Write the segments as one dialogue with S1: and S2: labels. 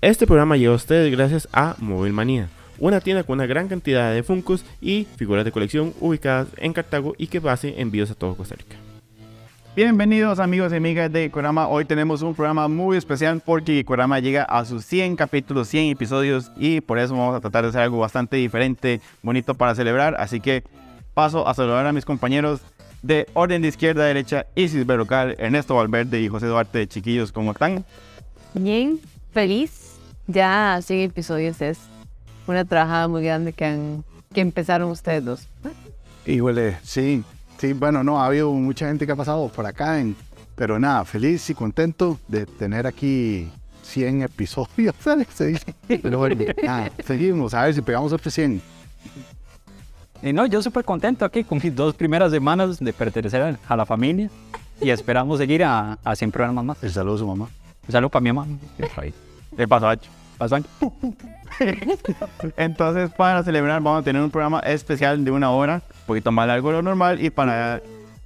S1: Este programa llega a ustedes gracias a Móvil Manía, una tienda con una gran cantidad de Funcos y figuras de colección ubicadas en Cartago y que hace envíos a todo Costa Rica.
S2: Bienvenidos amigos y amigas de Kurama. Hoy tenemos un programa muy especial porque Kurama llega a sus 100 capítulos, 100 episodios y por eso vamos a tratar de hacer algo bastante diferente, bonito para celebrar. Así que paso a saludar a mis compañeros de Orden de Izquierda a Derecha, Isis Berrocal, Ernesto Valverde y José Duarte. Chiquillos, ¿cómo están?
S3: Bien, feliz. Ya 100 episodios es una trabajada muy grande que, han, que empezaron ustedes dos.
S4: Híjole, sí, sí, bueno, no, ha habido mucha gente que ha pasado por acá, en- pero nada, feliz y contento de tener aquí 100 episodios, ¿sabes? Se dice. Pero bueno, nada, seguimos, a ver si pegamos otros 100.
S5: Y no, yo súper contento aquí con mis dos primeras semanas de pertenecer a- a la familia y esperamos seguir a, a 100 programas más.
S4: El saludo a su mamá.
S5: Un saludo para mi mamá.
S2: ¿Qué pasó, Hacho?
S5: Pasó año.
S2: Entonces, para celebrar, vamos a tener un programa especial de una hora, un poquito más largo de lo normal, y para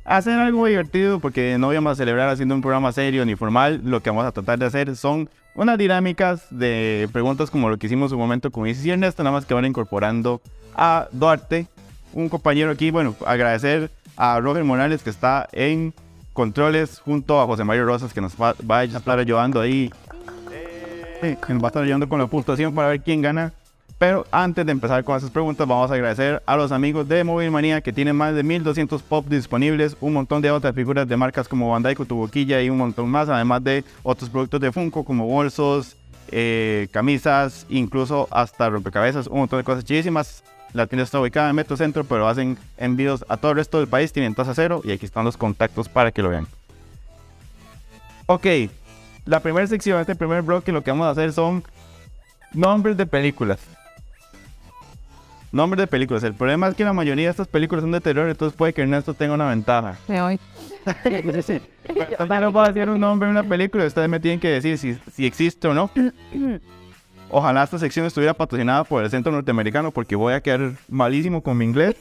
S2: hacer algo divertido, porque no vamos a celebrar haciendo un programa serio ni formal, lo que vamos a tratar de hacer son unas dinámicas de preguntas como lo que hicimos en un momento con Isis y Ernesto, nada más que van incorporando a Duarte, un compañero aquí. Bueno, agradecer a Roger Morales, que está en controles, junto a José Mario Rosas, que nos va, va a estar ayudando ahí Sí, que nos va a estar ayudando con la puntuación para ver quién gana. Pero antes de empezar con esas preguntas, vamos a agradecer a los amigos de Móvil Manía que tienen más de 1200 pop disponibles, un montón de otras figuras de marcas como Bandai con tu boquilla y un montón más, además de otros productos de Funko como bolsos, eh, camisas, incluso hasta rompecabezas, un montón de cosas chidísimas. La tienda está ubicada en Metro Centro, pero hacen envíos a todo el resto del país, tienen tasa cero y aquí están los contactos para que lo vean. Ok, la primera sección, este primer bloque, lo que vamos a hacer son nombres de películas. Nombres de películas. El problema es que la mayoría de estas películas son de terror, entonces puede que Ernesto tenga una ventaja.
S3: Me voy.
S2: Yo no puedo decir un nombre de una película, ustedes me tienen que decir si, si existe o no. Ojalá esta sección estuviera patrocinada por el centro norteamericano porque voy a quedar malísimo con mi inglés.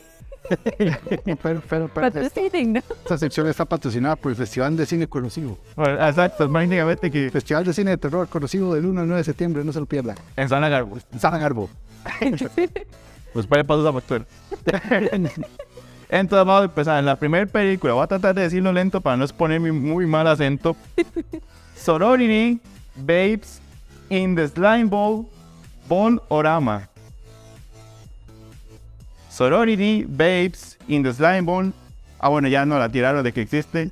S4: Pero, pero, pero,
S3: Patrocinen, ¿no?
S4: esta sección está patrocinada por el Festival de Cine Conocido.
S2: Bueno, Exacto, prácticamente que
S4: Festival de Cine de Terror Conocido del 1 al 9 de septiembre, no se lo pierdan.
S2: en San Agarbo.
S4: En San Garbo.
S2: Pues para pasos a factura. Entonces vamos a empezar. En la primera película, voy a tratar de decirlo lento para no exponer mi muy mal acento. Sorority, Babes, In the Slime Ball, Bon Orama. Sorority, Babes, In the Slime Ball. Ah, bueno, ya no la tiraron de que existe.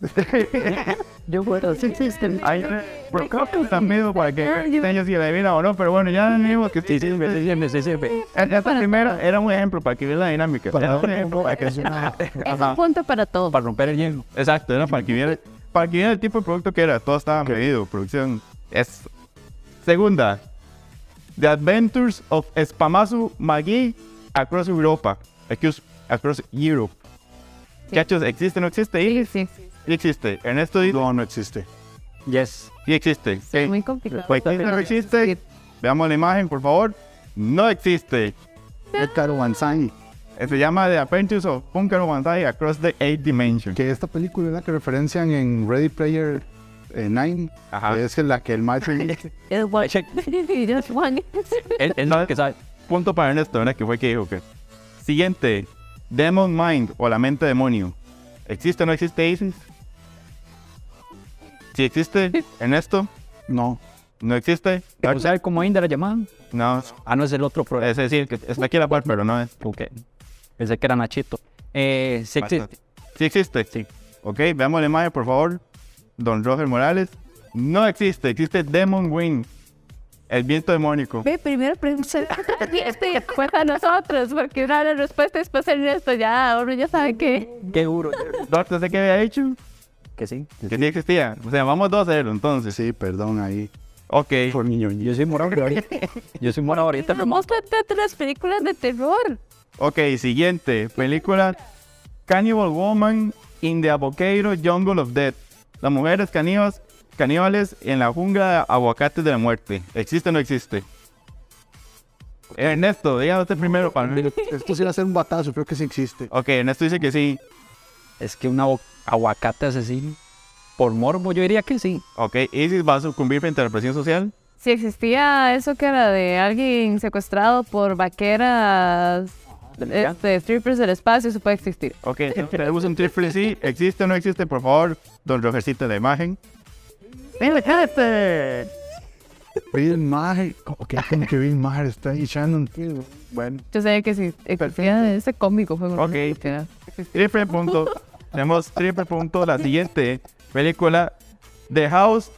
S5: Yo puedo, sí existen.
S2: Ahí por creo que está miedo para que ellos si la adivinan o no, pero bueno, ya vimos que
S5: Sí, sí, sí, sí, sí, sí.
S2: Esta primera Eh, era un ejemplo para que viera la dinámica. Era un ejemplo para que
S3: Es un punto para todo.
S5: Para romper el hielo.
S2: Exacto, era para que viera, para que viera el tipo de producto que era. Todo estaba medido, producción. Es. Segunda, The Adventures of Spamazu Magi Across Europa. Across, across Europe. Chachos, ¿existe o no existe?
S3: Sí,
S2: Y
S3: sí.
S2: existe. Ernesto dice,
S4: No, no existe.
S5: Yes.
S2: sí existe.
S3: Es muy complicado.
S2: Pues, no existe. Veamos la imagen, por favor. No existe. Eh,
S4: Edgar Wanzai,
S2: Se llama The Adventures of Punker Bandai Across the Eight Dimension.
S4: que esta película es la que referencian en Ready Player 9.
S2: Ajá.
S4: Es la que el maestro dice,
S3: Es one.
S5: Check.
S3: Just one.
S5: Él, él no es que sabe.
S2: Punto para Ernesto, ¿verdad? Que fue que dijo que. Siguiente. Demon Mind o la mente demonio. ¿Existe o no existe Isis? Si existe, Ernesto.
S4: no,
S2: No existe.
S5: O sea, como Indra la llamada.
S2: No.
S5: Ah, no es el otro programa.
S2: Es decir, que está aquí la parte, pero no es.
S5: Ok. Pensé que era Nachito. Eh, sí existe.
S2: Si existe.
S5: Sí.
S2: Ok, veamos la imagen, por favor. Don Roger Morales. No existe. Existe Demon Wind. El viento demónico.
S3: Ve, primero pregunta. Este y después a nosotros, porque dar la respuesta después pues, en esto ya, ahora ya saben que.
S5: Qué duro.
S2: Doctor, ¿sé qué había hecho?
S5: Que sí.
S2: Que sí existía. O sea, vamos 2 a 0 entonces.
S4: sí, perdón ahí.
S2: Ok.
S4: Por niño.
S5: Yo soy morado ahorita. Yo soy morado ahorita. pero
S3: Vamos a las películas de terror.
S2: Ok, siguiente. Película Cannibal Woman in the Avocado Jungle of Death. Las mujeres caníbales, caníbales en la jungla de aguacates de la muerte. ¿Existe o no existe? Ernesto, dígame usted primero para mí.
S4: Esto sí va a ser un batazo, creo que sí existe.
S2: Ok, Ernesto dice que sí.
S5: Es que un avo- aguacate asesino. Por morbo, yo diría que sí.
S2: Ok, Isis va a sucumbir frente a la presión social.
S3: Si existía eso que era de alguien secuestrado por vaqueras, este, strippers del espacio, eso puede existir.
S2: Ok, entonces tenemos un triple sí. ¿Existe o no existe? Por favor, don Rogercito de imagen.
S4: Bill Maher, como que, como que Bill Maher está ahí Shannon. tío. Bueno,
S3: Yo sabía que si existía ese cómico fue un-
S2: Ok. Triple punto. tenemos triple punto. La siguiente película: The House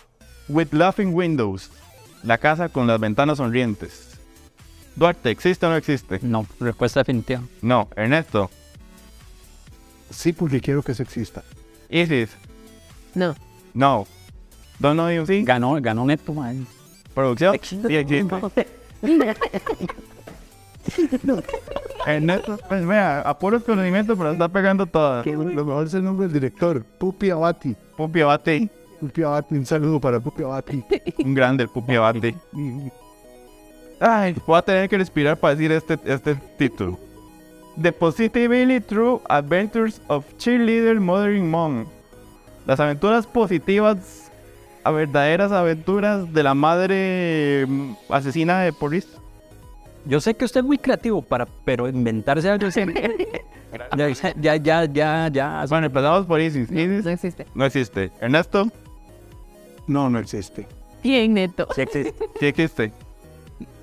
S2: with Laughing Windows. La casa con las ventanas sonrientes. Duarte, ¿existe o no existe?
S5: No, respuesta definitiva.
S2: No. Ernesto,
S4: sí, porque quiero que eso exista.
S2: Isis,
S3: No.
S2: no. Don Odio, sí.
S5: Ganó, ganó neto, man.
S2: Producción, sí existe. Ernesto, pues vea, a puro conocimiento, pero está pegando todas.
S4: Lo mejor es el nombre del director, Pupi Abati.
S2: Pupi Abate,
S4: Pupi Abati, un saludo para Pupi Abati.
S2: un grande el Pupi Abate. Ay, voy a tener que respirar para decir este, este título. The Positively True Adventures of Cheerleader Mothering Mom. Las aventuras positivas a verdaderas aventuras de la madre mm, asesina de porrista.
S5: Yo sé que usted es muy creativo, para, pero inventarse algo así. ya, ya, ya, ya, ya.
S2: Bueno, empezamos por Isis. Isis
S3: No existe.
S2: no existe. Ernesto,
S4: No, no existe.
S3: Bien neto.
S5: Sí existe.
S2: sí existe.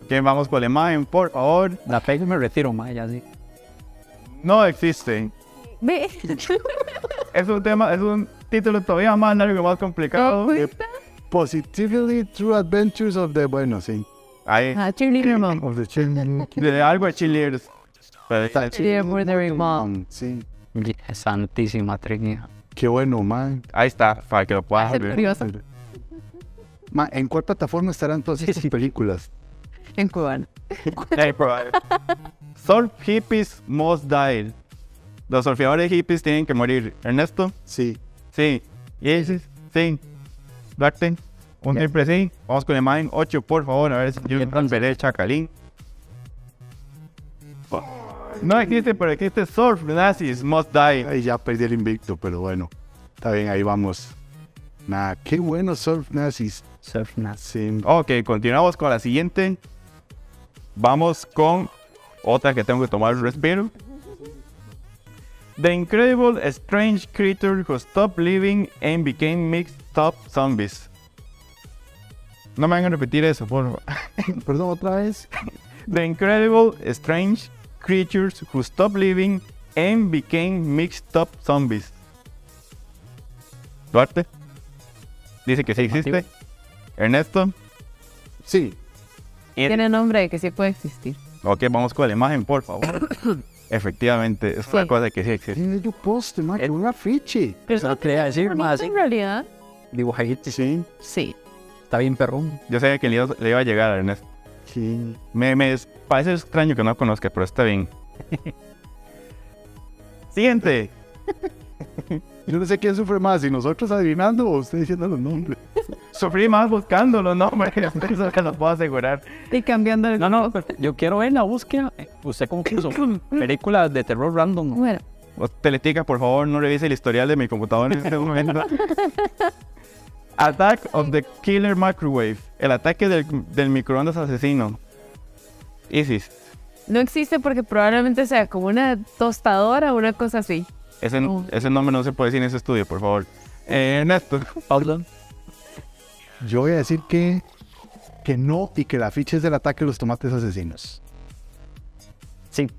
S2: Que vamos con la imagen, por favor.
S5: La pego y me retiro, man, ya sí.
S2: No existe.
S3: Ve.
S2: Es un tema, es un título todavía más largo, más complicado.
S4: Positively True Adventures of the... Bueno, sí.
S2: Ahí,
S3: Ah, cheerleader mom.
S4: Of the Children.
S2: de algo de cheerleaders. Pero ahí está.
S4: eh,
S3: Cheerleader mothering mom.
S4: Sí.
S5: Ya, Santísima Trinidad.
S4: Qué bueno, man.
S2: Ahí está, para que lo puedas
S3: Ser
S2: ver.
S3: curioso
S4: Ma, ¿En cuál plataforma estarán todas estas películas?
S3: en cubano.
S2: Ahí, probable. Surf hippies must die. Los surfeadores hippies tienen que morir. Ernesto,
S4: Sí.
S2: sí. Isis, sí. Duarte, un triple sí. Vamos con la imagen 8, por favor, a ver si yo veré el chacalín. No existe, pero existe surf nazis must die.
S4: Ahí ya perdí el invicto, pero bueno. Está bien, ahí vamos. Nah, qué bueno Surf Nazis.
S5: Surf Nazi.
S4: Sí.
S2: Ok, continuamos con la siguiente. Vamos con otra que tengo que tomar un respiro. The Incredible Strange Creature Who Stopped Living and Became Mixed Up Zombies. No me hagan repetir eso, por favor.
S4: Perdón, otra vez.
S2: The Incredible Strange Creatures Who Stopped Living and Became Mixed Up Zombies. Duarte. Dice que sí existe. Ernesto.
S4: Sí.
S3: Tiene nombre de que sí puede existir.
S2: Ok, vamos con la imagen, por favor. Efectivamente, es una
S3: Sí.
S2: cosa que sí existe.
S4: Tiene yo poste, ma, que un afiche.
S5: Eso no quería decir más así.
S3: en realidad,
S5: Dibujadito.
S4: Sí.
S3: sí.
S5: Está bien perrón.
S2: Yo sabía que le iba, le iba a llegar a Ernesto.
S4: Sí.
S2: Me, me es- parece extraño que no conozca, pero está bien. Siguiente.
S4: Yo no sé quién sufre más, si nosotros adivinando o usted diciendo los nombres.
S2: Sufrí más buscándolo, no, hombre. Eso se los puedo asegurar.
S3: Y cambiando el...
S5: No, no, yo quiero ver la búsqueda. Eh, Usted como que hizo películas de terror random.
S3: Bueno,
S2: O- Teletica, por favor, no revise el historial de mi computadora en este momento. Attack of the Killer Microwave. El ataque del, del microondas asesino. Isis.
S3: no existe porque probablemente sea como una tostadora o una cosa así.
S2: Ese, n-
S3: Oh.
S2: ese nombre no se puede decir en ese estudio, por favor. Eh, Ernesto.
S5: Pausa.
S4: Yo voy a decir que, que no y que el afiche es del ataque de los tomates asesinos.
S5: Sí.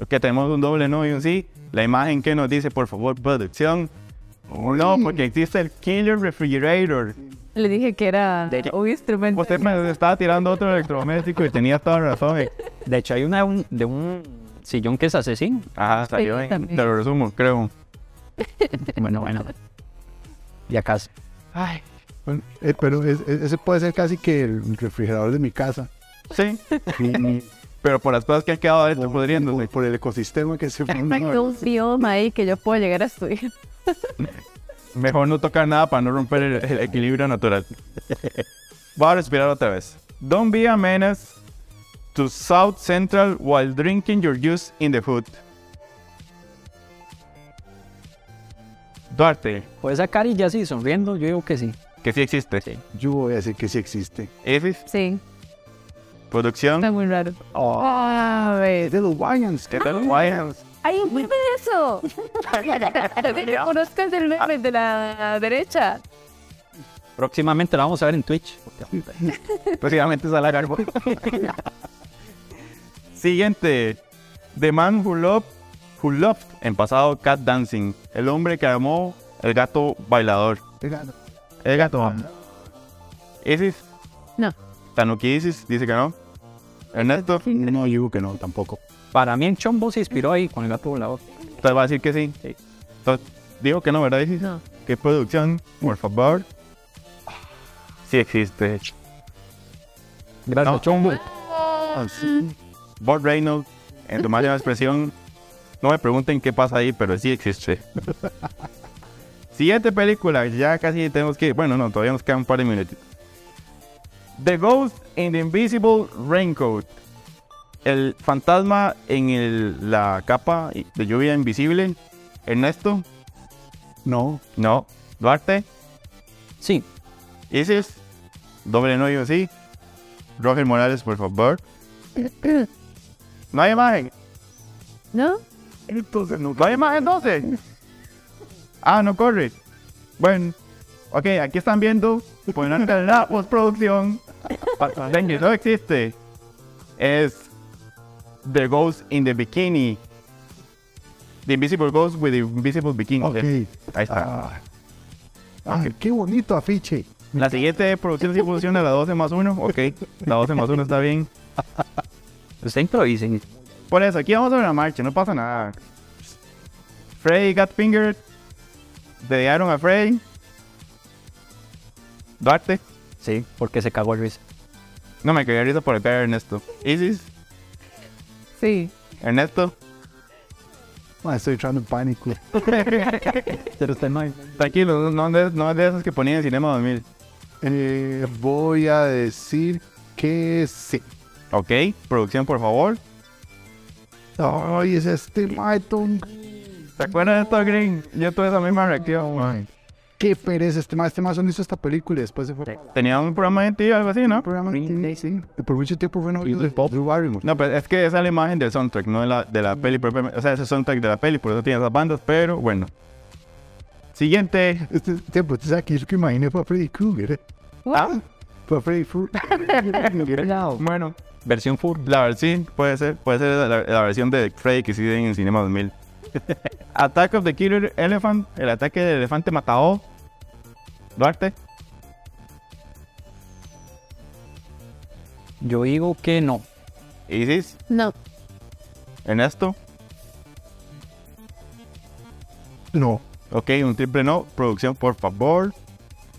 S2: Ok, tenemos un doble no y un sí. La imagen que nos dice, por favor, producción. No, porque existe el Killer Refrigerator.
S3: Le dije que era un instrumento.
S2: Usted me estaba tirando otro electrodoméstico y tenía toda la razón. eh.
S5: De hecho, hay una de un, de un sillón que es asesino.
S2: Ajá, salió en. Ah, Te lo resumo, creo.
S5: Bueno, bueno. Y acá sí.
S2: Ay,
S4: Bueno, eh, pero es- es- ese puede ser casi que el refrigerador de mi casa.
S2: sí. Pero por las cosas que han quedado adentro pudriéndose.
S4: Por el ecosistema que se
S3: Hay todo
S4: formó.
S3: un bioma ahí que yo puedo llegar a estudiar.
S2: Mejor no tocar nada para no romper el, el equilibrio natural. Voy a respirar otra vez. Don't be a menace to South Central while drinking your juice in the hood. Duarte,
S5: Puede sacar y ya sí, sonriendo, yo digo que sí.
S2: Que sí existe.
S4: Yo voy a decir que sí existe.
S2: Efis,
S3: Sí, está
S2: producción.
S3: muy raro.
S2: Oh,
S3: Ah,
S4: Es de los Wyans.
S2: ¿Qué tal? Guayas.
S3: ¡Ay, un meme de eso! ¿Conozcas el
S2: Ah.
S3: meme de la derecha?
S5: Próximamente la vamos a ver en Twitch.
S2: Próximamente sale al árbol. Siguiente. The Man Who Loved, who loved, en pasado Cat Dancing. El hombre que amó el gato bailador. El gato. Isis.
S3: No.
S2: Tanuki Isis dice que no. Ernesto.
S4: No, yo digo que no, tampoco.
S5: Para mí, en Chombo se inspiró ahí con el gato volador.
S2: Usted va a decir que sí.
S5: Sí.
S2: Entonces, digo que no, ¿verdad, Isis?
S3: No.
S2: ¿Qué producción? Por favor. Sí existe.
S5: Gracias,
S2: No.
S5: Chombo.
S2: Bob Ah, Reynolds, en tu máxima expresión. No me pregunten qué pasa ahí, pero sí existe. Siguiente película, ya casi tenemos que. Bueno, no, todavía nos quedan un par de minutitos. The Ghost in the Invisible Raincoat. El fantasma en el- la capa de lluvia invisible. Ernesto,
S4: No,
S2: no. Duarte,
S5: Sí,
S2: Isis, doble no, yo sí. Roger Morales, por favor. No hay imagen.
S3: ¿No?
S2: Entonces no. hay más entonces. Ah, no corre. Bueno. Ok, aquí están viendo. Por una la postproducción. Ven que no existe. Es The Ghost in the Bikini. The Invisible Ghost with the Invisible Bikini.
S4: ok.
S2: Ahí está.
S4: Ah. Ay, qué bonito afiche.
S2: La siguiente producción sí funciona, la 12 más 1. Ok, la 12 más 1 está bien.
S5: usted improvisen.
S2: Por eso, aquí vamos a una marcha, no pasa nada. Freddy got fingered. Dedicaron a Freddy. Duarte.
S5: Sí, porque se cagó el risa.
S2: No me quería risa por el peor Ernesto. Isis.
S3: Sí.
S2: Ernesto.
S4: Ma, Ah, estoy entrando en pánico.
S5: Pero usted no hay.
S2: Tranquilo, no no es de, no es de esos que ponía en Cinema 2000.
S4: Eh, voy a decir que sí.
S2: Ok, producción por favor.
S4: Ay, es este Maitón.
S2: ¿Se acuerdan de esto, Green? Yo tuve esa misma reacción. man.
S4: Qué pereza este más. Este más solo hizo esta película y después se fue. para
S2: Tenía un programa en ti o algo así, ¿no?
S4: un programa de TV, sí. Y Por mucho tiempo fue novio de Drew Barrymore.
S2: No, pero es que esa es la imagen del soundtrack, no de la, de la peli propiamente. O sea, ese soundtrack de la peli, por eso tiene esas bandas, pero bueno. Siguiente.
S4: Este tiempo, tú sabes que yo lo que imaginé fue a Freddy Krueger. ¿eh?
S2: Ah,
S4: Fue a Freddy Krueger.
S2: bueno.
S5: Versión full.
S2: La versión, puede ser, puede ser la, la versión de Freddy que sí en Cinema 2000. Attack of the Killer Elephant, el ataque del elefante matado. Duarte,
S5: Yo digo que no.
S2: Isis,
S3: No.
S2: Ernesto.
S4: No.
S2: Ok, un triple no. Producción, por favor.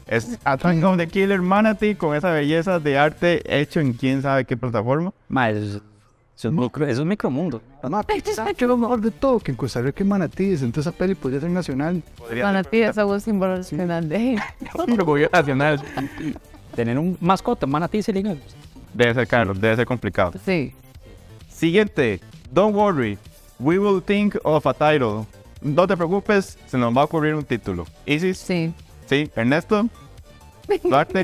S2: Es Attack of the Killer Manatee con esa belleza de arte hecho en quién sabe qué plataforma.
S5: Ma, eso, es- eso es micro- eso es micromundo.
S4: Ma, ¿sabes qué es lo mejor de todo? Que en Costa Rica es manatíes. Entonces esa peli podría ser nacional.
S3: Para ti esa voz involucional de
S2: orgullo nacional.
S5: Tener un mascota, manatí es ilegal.
S2: Debe ser caro, debe ser complicado.
S3: Sí.
S2: Siguiente, Don't Worry, We Will Think of a Title. No te preocupes, se nos va a ocurrir un título. Isis, sí,
S3: Sí.
S2: Ernesto, Duarte,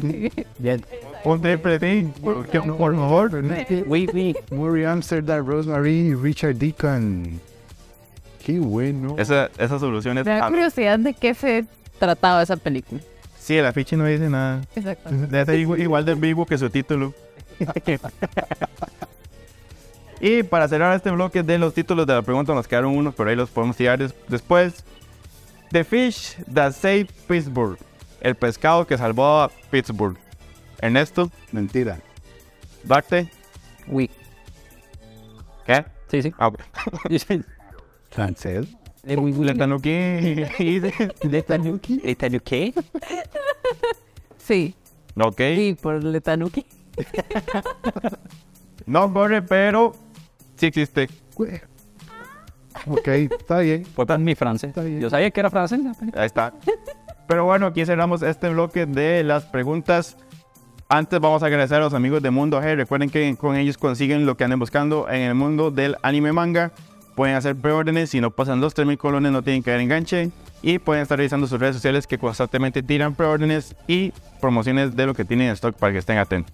S5: Bien.
S2: un triple sí, por por favor.
S5: Oui, oui.
S4: Murray Amsterdam, Rosemary y Richard Deacon. Qué bueno.
S2: Esa, esa solución es...
S3: Me da
S2: ah,
S3: curiosidad de qué se trataba esa película.
S2: sí, el afiche no dice nada.
S3: Exacto.
S2: Debe ser igual, igual de vivo que su título. y para cerrar este bloque de los títulos de la pregunta, nos quedaron unos, pero ahí los podemos tirar des- después. The Fish That Saved Pittsburgh. El pescado que salvó a Pittsburgh. Ernesto,
S4: Mentira.
S2: Duarte,
S5: Oui.
S2: ¿qué?
S5: Sí, sí.
S2: Ah, ok.
S4: Francés.
S5: Eh, oui, oui.
S2: Le tanuki.
S5: Letanuki. Letanuki.
S3: Sí.
S2: ok.
S3: Sí, por Letanuki.
S2: No corre, pero sí existe.
S4: Güey. Ok, está bien.
S5: Fue para mi francés.
S4: bien.
S5: Yo sabía que era francés.
S2: Ahí está. Pero bueno, aquí cerramos este bloque de las preguntas. Antes vamos a agradecer a los amigos de Mundo G. Recuerden que con ellos consiguen lo que anden buscando en el mundo del anime manga. Pueden hacer preórdenes, si no pasan los 3.000 colones no tienen que haber enganche. Y pueden estar revisando sus redes sociales que constantemente tiran preórdenes y promociones de lo que tienen en stock para que estén atentos.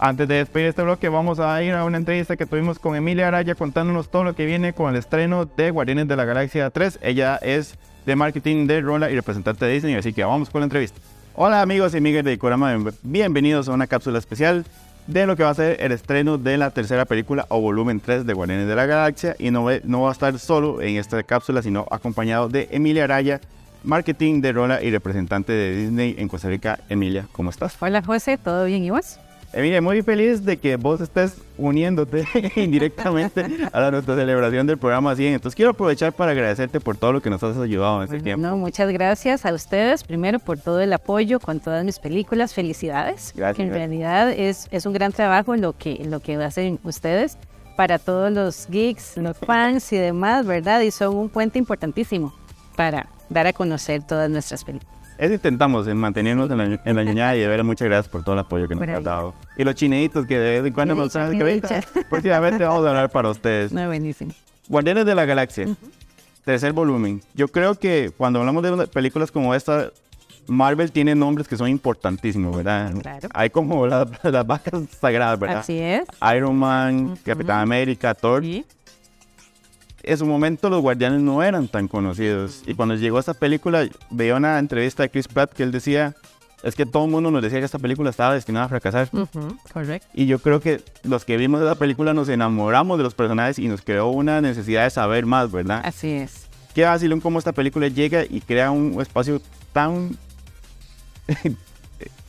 S2: Antes de despedir este bloque, vamos a ir a una entrevista que tuvimos con Emilia Araya contándonos todo lo que viene con el estreno de Guardianes de la Galaxia 3. Ella es de marketing de Rola y representante de Disney, así que vamos con la entrevista. Hola amigos y amigas de Ikorama, bien- bienvenidos a una cápsula especial de lo que va a ser el estreno de la tercera película o volumen 3 de Guardianes de la Galaxia y no, ve- no va a estar solo en esta cápsula, sino acompañado de Emilia Araya, marketing de Rola y representante de Disney en Costa Rica. Emilia, ¿cómo estás?
S3: Hola, José, ¿todo bien? ¿Y vos?
S2: Emilia, Eh, muy feliz de que vos estés uniéndote indirectamente a la nuestra celebración del programa 100. Entonces quiero aprovechar para agradecerte por todo lo que nos has ayudado en este
S3: Bueno,
S2: tiempo.
S6: No, muchas gracias a ustedes, primero por todo el apoyo con todas mis películas, felicidades.
S2: Gracias,
S6: que en
S2: gracias.
S6: realidad es, es un gran trabajo lo que, lo que hacen ustedes para todos los geeks, los fans y demás, ¿verdad? Y son un puente importantísimo para dar a conocer todas nuestras películas.
S2: Eso intentamos, en mantenernos en la, en la ñoñada y de veras muchas gracias por todo el apoyo que nos
S6: Por
S2: has
S6: ahí.
S2: dado. Y los chineitos que de vez en cuando
S6: Qué
S2: nos
S6: dicha,
S2: traen
S6: qué
S2: que ahorita, próximamente vamos a hablar para ustedes.
S6: No, buenísimo.
S2: Guardianes de la Galaxia, tercer volumen. Yo creo que cuando hablamos de películas como esta, Marvel tiene nombres que son importantísimos, ¿verdad?
S6: Claro.
S2: Hay como la- las vacas sagradas, ¿verdad?
S6: Así es.
S2: Iron Man, Capitán América, Thor.
S6: Sí.
S2: En su momento los guardianes no eran tan conocidos. Y cuando llegó esta película, veía una entrevista de Chris Pratt que él decía, es que todo el mundo nos decía que esta película estaba destinada a fracasar.
S6: Ujú, correcto.
S2: Y yo creo que los que vimos esa película nos enamoramos de los personajes y nos creó una necesidad de saber más, ¿verdad?
S6: Así es.
S2: Qué vacilón cómo esta película llega y crea un espacio tan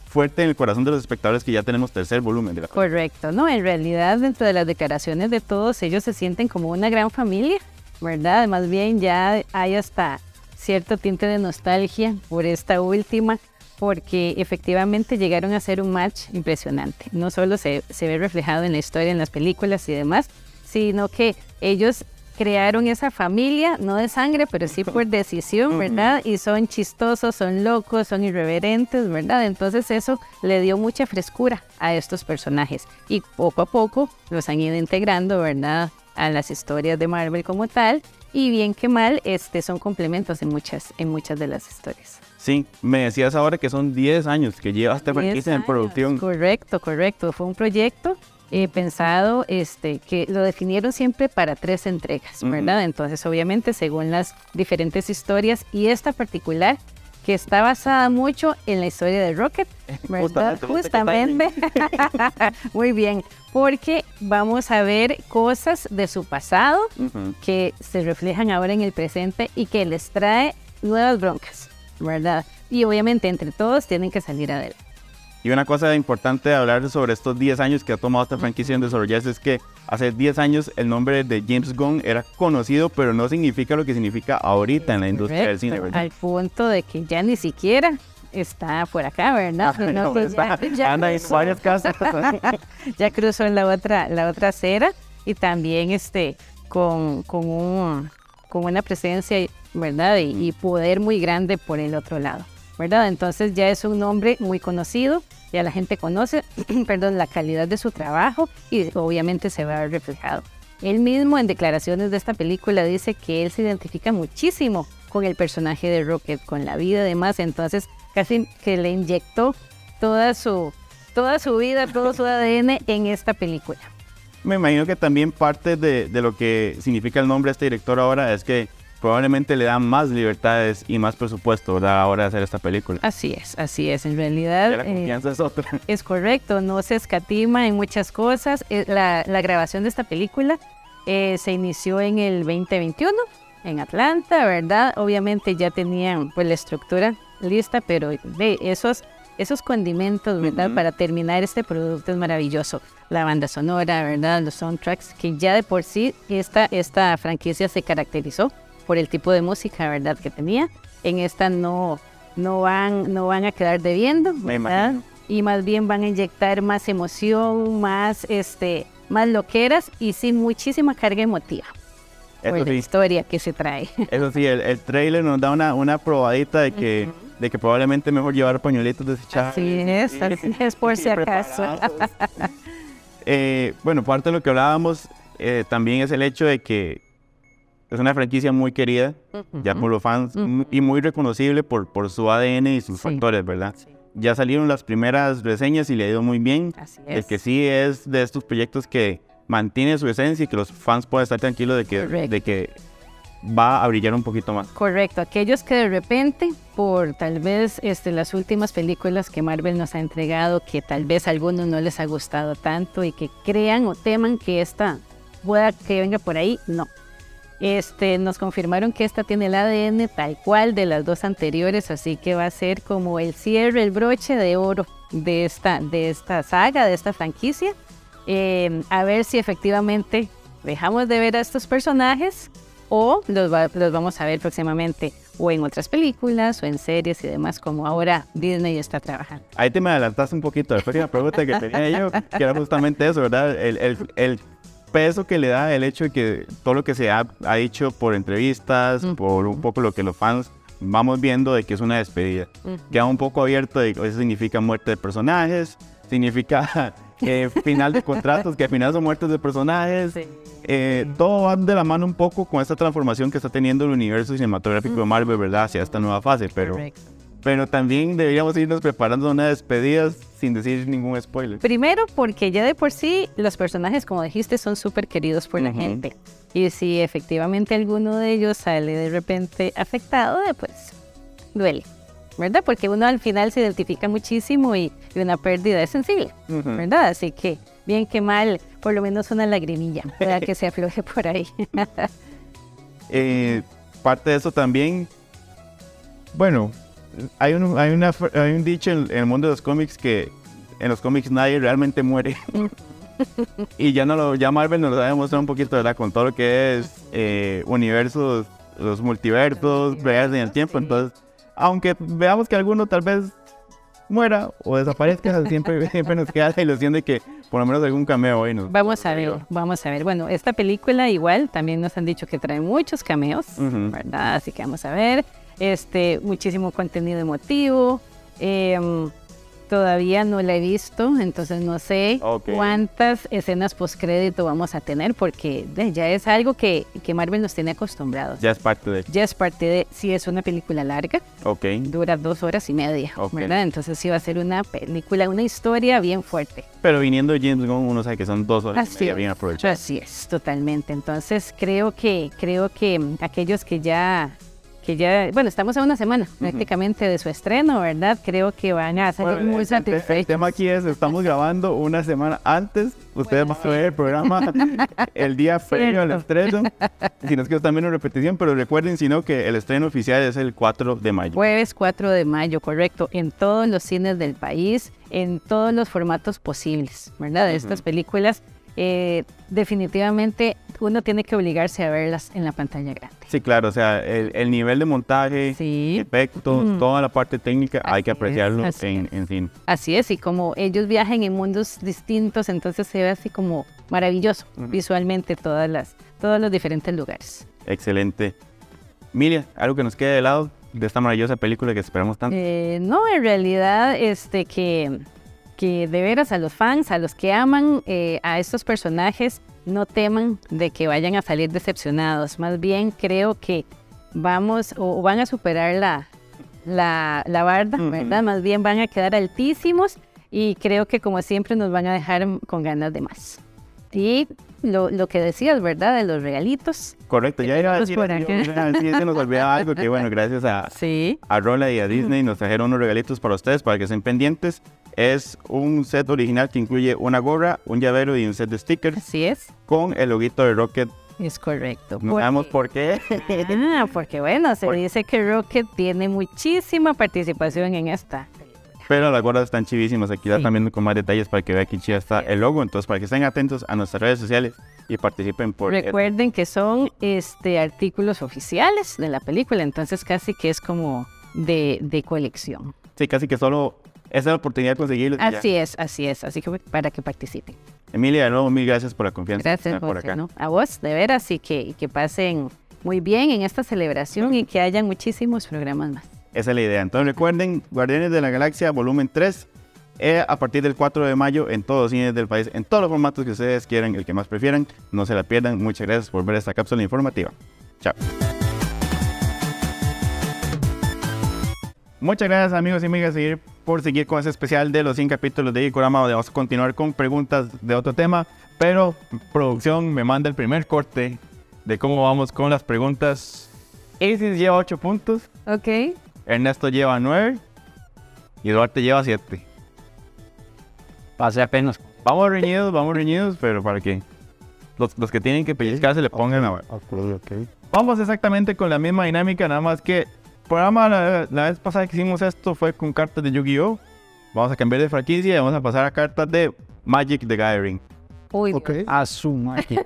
S2: fuerte en el corazón de los espectadores que ya tenemos tercer volumen de la
S6: Correcto, ¿no? En realidad, dentro de las declaraciones de todos, ellos se sienten como una gran familia, ¿verdad? Más bien ya hay hasta cierto tinte de nostalgia por esta última, porque efectivamente llegaron a ser un match impresionante. No solo se, se ve reflejado en la historia, en las películas y demás, sino que ellos crearon esa familia, no de sangre, pero sí por decisión, ¿verdad? Y son chistosos, son locos, son irreverentes, ¿verdad? Entonces eso le dio mucha frescura a estos personajes y poco a poco los han ido integrando, ¿verdad? A las historias de Marvel como tal y bien que mal, este, son complementos en muchas, en muchas de las historias.
S2: Sí, me decías ahora que son 10 años que lleva esta franquicia en
S6: 10
S2: producción.
S6: Correcto, correcto. Fue un proyecto eh, pensado este, que lo definieron siempre para tres entregas,
S2: Ujú.
S6: ¿verdad? Entonces, obviamente, según las diferentes historias y esta particular que está basada mucho en la historia de Rocket, ¿verdad?
S2: Justamente,
S6: Justamente. Muy bien, porque vamos a ver cosas de su pasado
S2: Ujú.
S6: que se reflejan ahora en el presente y que les trae nuevas broncas, ¿verdad? Y obviamente entre todos tienen que salir adelante.
S2: Y una cosa importante de hablar sobre estos 10 años que ha tomado esta franquicia en desarrollarse es que hace 10 años el nombre de James Gunn era conocido, pero no significa lo que significa ahorita en la industria del cine,
S6: Correcto,
S2: ¿verdad?
S6: Al punto de que ya ni siquiera está por acá, ¿verdad? Sino
S2: Ah, No,
S6: que
S2: está-
S6: ya- ya
S2: anda en
S6: cruzó-
S2: varias casas.
S6: ya cruzó en la otra, la otra acera y también este con, con, un- con una presencia, ¿verdad? Y, y poder muy grande por el otro lado, ¿verdad? Entonces ya es un nombre muy conocido, ya la gente conoce, perdón, la calidad de su trabajo y obviamente se va a ver reflejado. Él mismo en declaraciones de esta película dice que él se identifica muchísimo con el personaje de Rocket, con la vida además, entonces casi que le inyectó toda su, toda su vida, todo su ADN en esta película.
S2: Me imagino que también parte de, de lo que significa el nombre de este director ahora es que probablemente le dan más libertades y más presupuesto, ¿verdad? Ahora de hacer esta película.
S6: Así es, así es. En
S2: Ya
S6: realidad
S2: la
S6: eh,
S2: confianza es otra.
S6: es correcto, no se escatima en muchas cosas. Eh, La, la grabación de esta película eh, se inició en el 2021 en Atlanta, ¿verdad? Obviamente ya tenían pues la estructura lista, pero ve esos esos condimentos, ¿verdad? Para terminar este producto es maravilloso. La banda sonora, ¿verdad? Los soundtracks, que ya de por sí esta, esta franquicia se caracterizó por el tipo de música, ¿verdad? Que tenía. En esta no, no, van, no van a quedar debiendo,
S2: Me
S6: ¿verdad?
S2: imagino.
S6: Y más bien van a inyectar más emoción, más, este, más loqueras y sin muchísima carga emotiva.
S2: Eso
S6: por la
S2: sí,
S6: historia que se trae.
S2: Eso sí, el, el trailer nos da una, una probadita de que, de que probablemente mejor llevar pañuelitos desechables.
S6: Así es, así es, por si acaso.
S2: preparados. Eh, bueno, parte de lo que hablábamos eh, también es el hecho de que es una franquicia muy querida, ya por los fans, m- y muy reconocible por, por su ADN y sus factores, ¿verdad? Ya salieron las primeras reseñas y le ha ido muy bien.
S6: Así
S2: El
S6: es.
S2: que sí es de estos proyectos que mantiene su esencia y que los fans puedan estar tranquilos de que,
S6: Correcto.
S2: de que va a brillar un poquito más.
S6: Correcto, aquellos que de repente, por tal vez este, las últimas películas que Marvel nos ha entregado, que tal vez a algunos no les ha gustado tanto y que crean o teman que esta pueda que venga por ahí, no. Este, nos confirmaron que esta tiene el ADN tal cual de las dos anteriores, así que va a ser como el cierre, el broche de oro de esta, de esta saga, de esta franquicia. Eh, a ver si efectivamente dejamos de ver a estos personajes o los, va- los vamos a ver próximamente o en otras películas o en series y demás como ahora Disney está trabajando.
S2: Ahí te me adelantaste un poquito. Después de la pregunta que tenía yo, que era justamente eso, ¿verdad? El, el- el peso que le da el hecho de que todo lo que se ha, ha dicho por entrevistas, por un poco lo que los fans vamos viendo de que es una despedida. Queda un poco abierto de que eso significa muerte de personajes, significa eh, final de contratos, que al final son muertes de personajes. Eh, todo va de la mano un poco con esta transformación que está teniendo el universo cinematográfico de Marvel, ¿verdad? Hacia esta nueva fase, pero... Pero también deberíamos irnos preparando a una despedida sin decir ningún spoiler.
S6: Primero porque ya de por sí los personajes, como dijiste, son súper queridos por la
S2: Ujú.
S6: gente. Y si efectivamente alguno de ellos sale de repente afectado, eh, pues duele, ¿verdad? Porque uno al final se identifica muchísimo y, y una pérdida es sensible,
S2: Ujú.
S6: ¿verdad? Así que bien que mal, por lo menos una lagrimilla para que se afloje por ahí.
S2: Eh, parte de eso también, bueno, hay un, hay una, fr- hay un dicho en, en el mundo de los cómics que en los cómics nadie realmente muere. y ya, no lo, ya Marvel nos lo ha demostrado un poquito, ¿verdad? Con todo lo que es eh, universos, los multiversos, peleas en el tiempo. Entonces, aunque veamos que alguno tal vez muera o desaparezca, siempre, siempre nos queda la ilusión de que por lo menos algún cameo hoy nos...
S6: Vamos a ver, vamos a ver. Bueno, esta película igual también nos han dicho que trae muchos cameos,
S2: Ujú.
S6: ¿verdad? Así que vamos a ver. Este, muchísimo contenido emotivo. Em, todavía no la he visto, entonces no sé
S2: Ok.
S6: cuántas escenas postcrédito vamos a tener, porque de, ya es algo que, que Marvel nos tiene acostumbrados.
S2: Ya es parte de...
S6: Ya es parte de, si es una película larga,
S2: Ok.
S6: dura dos horas y media,
S2: Ok.
S6: ¿verdad? Entonces sí va a ser una película, una historia bien fuerte.
S2: Pero viniendo de James Gunn, uno sabe que son dos horas y
S6: Así
S2: media
S6: es.
S2: bien aprovechadas.
S6: Así es, totalmente. Entonces creo que, creo que mm, aquellos que ya, que ya, bueno, estamos a una semana prácticamente de su estreno, ¿verdad? Creo que van a salir
S2: Bueno, eh,
S6: muy
S2: el- el-
S6: satisfechos.
S2: El tema aquí es, estamos grabando una semana antes. Ustedes van a ver el programa el día previo al estreno. Si no es que están viendo repetición, pero recuerden, si no, que el estreno oficial es el 4 de mayo.
S6: Jueves 4 de mayo, correcto, en todos los cines del país, en todos los formatos posibles, ¿verdad? De estas películas, eh, definitivamente uno tiene que obligarse a verlas en la pantalla grande.
S2: Sí, claro, o sea, el, el nivel de montaje,
S6: Sí. Mm.
S2: efectos, toda la parte técnica, hay que
S6: Así es,
S2: apreciarlo
S6: así
S2: en, en cine.
S6: Así es, y como ellos viajan en mundos distintos, entonces se ve así como maravilloso visualmente todas las, todos los diferentes lugares.
S2: Excelente. Milia, algo que nos quede de lado de esta maravillosa película que esperamos tanto.
S6: Eh, no, en realidad, este que, que de veras a los fans, a los que aman eh, a estos personajes, no teman de que vayan a salir decepcionados. Más bien creo que vamos o, o van a superar la, la, la barda,
S2: Ujú.
S6: ¿verdad? Más bien van a quedar altísimos y creo que como siempre nos van a dejar con ganas de más. Y lo, lo que decías, ¿verdad? De los regalitos.
S2: Correcto, ya iba a
S6: Pues
S2: decir,
S6: por
S2: eso,
S6: acá.
S2: yo iba a decir, se nos olvidaba algo que bueno, gracias a,
S6: Sí.
S2: a Rola y a Disney nos trajeron unos regalitos para ustedes para que estén pendientes. Es un set original que incluye una gorra, un llavero y un set de stickers
S6: Así es.
S2: con el loguito de Rocket.
S6: Es correcto.
S2: No
S6: Porque-
S2: sabemos por qué.
S6: Ah, porque bueno, se
S2: Por-
S6: dice que Rocket tiene muchísima participación en esta.
S2: Pero las gorras están chivísimas. Aquí ya
S6: Sí.
S2: están viendo con más detalles para que vean que chida está el logo. Entonces, para que estén atentos a nuestras redes sociales y participen por
S6: Recuerden que son este artículos oficiales de la película, entonces casi que es como de, de colección.
S2: Sí, casi que solo esa es la oportunidad de conseguirlo. y ya.
S6: Así es, así es, así que para que participen.
S2: Emilia, de nuevo, mil gracias por la confianza. que
S6: Gracias
S2: está por
S6: José,
S2: acá.
S6: ¿no? a vos, de veras, y que, y que pasen muy bien en esta celebración y que hayan muchísimos programas más.
S2: Esa es la idea. Entonces recuerden, Guardianes de la Galaxia volumen 3, eh, a partir del 4 de mayo en todos los cines del país, en todos los formatos que ustedes quieran, el que más prefieran. No se la pierdan. Muchas gracias por ver esta cápsula informativa. Chao. Muchas gracias amigos y amigas seguir- por seguir con ese especial de los 100 capítulos de Ikorama. donde Vamos a continuar con preguntas de otro tema, pero producción me manda el primer corte de cómo vamos con las preguntas. Isis lleva 8 puntos,
S3: Ok.
S2: Ernesto lleva 9 y Duarte lleva 7.
S5: Pasé apenas.
S2: Vamos reñidos, vamos reñidos, pero para que los, los que tienen que pellizcarse le pongan a Vamos exactamente con la misma dinámica, nada más que el programa la, la vez pasada que hicimos esto fue con cartas de Yu-Gi-Oh! Vamos a cambiar de franquicia y vamos a pasar a cartas de Magic the Gathering.
S3: Uy,
S4: Ok.
S2: Ah.
S5: A su máquina.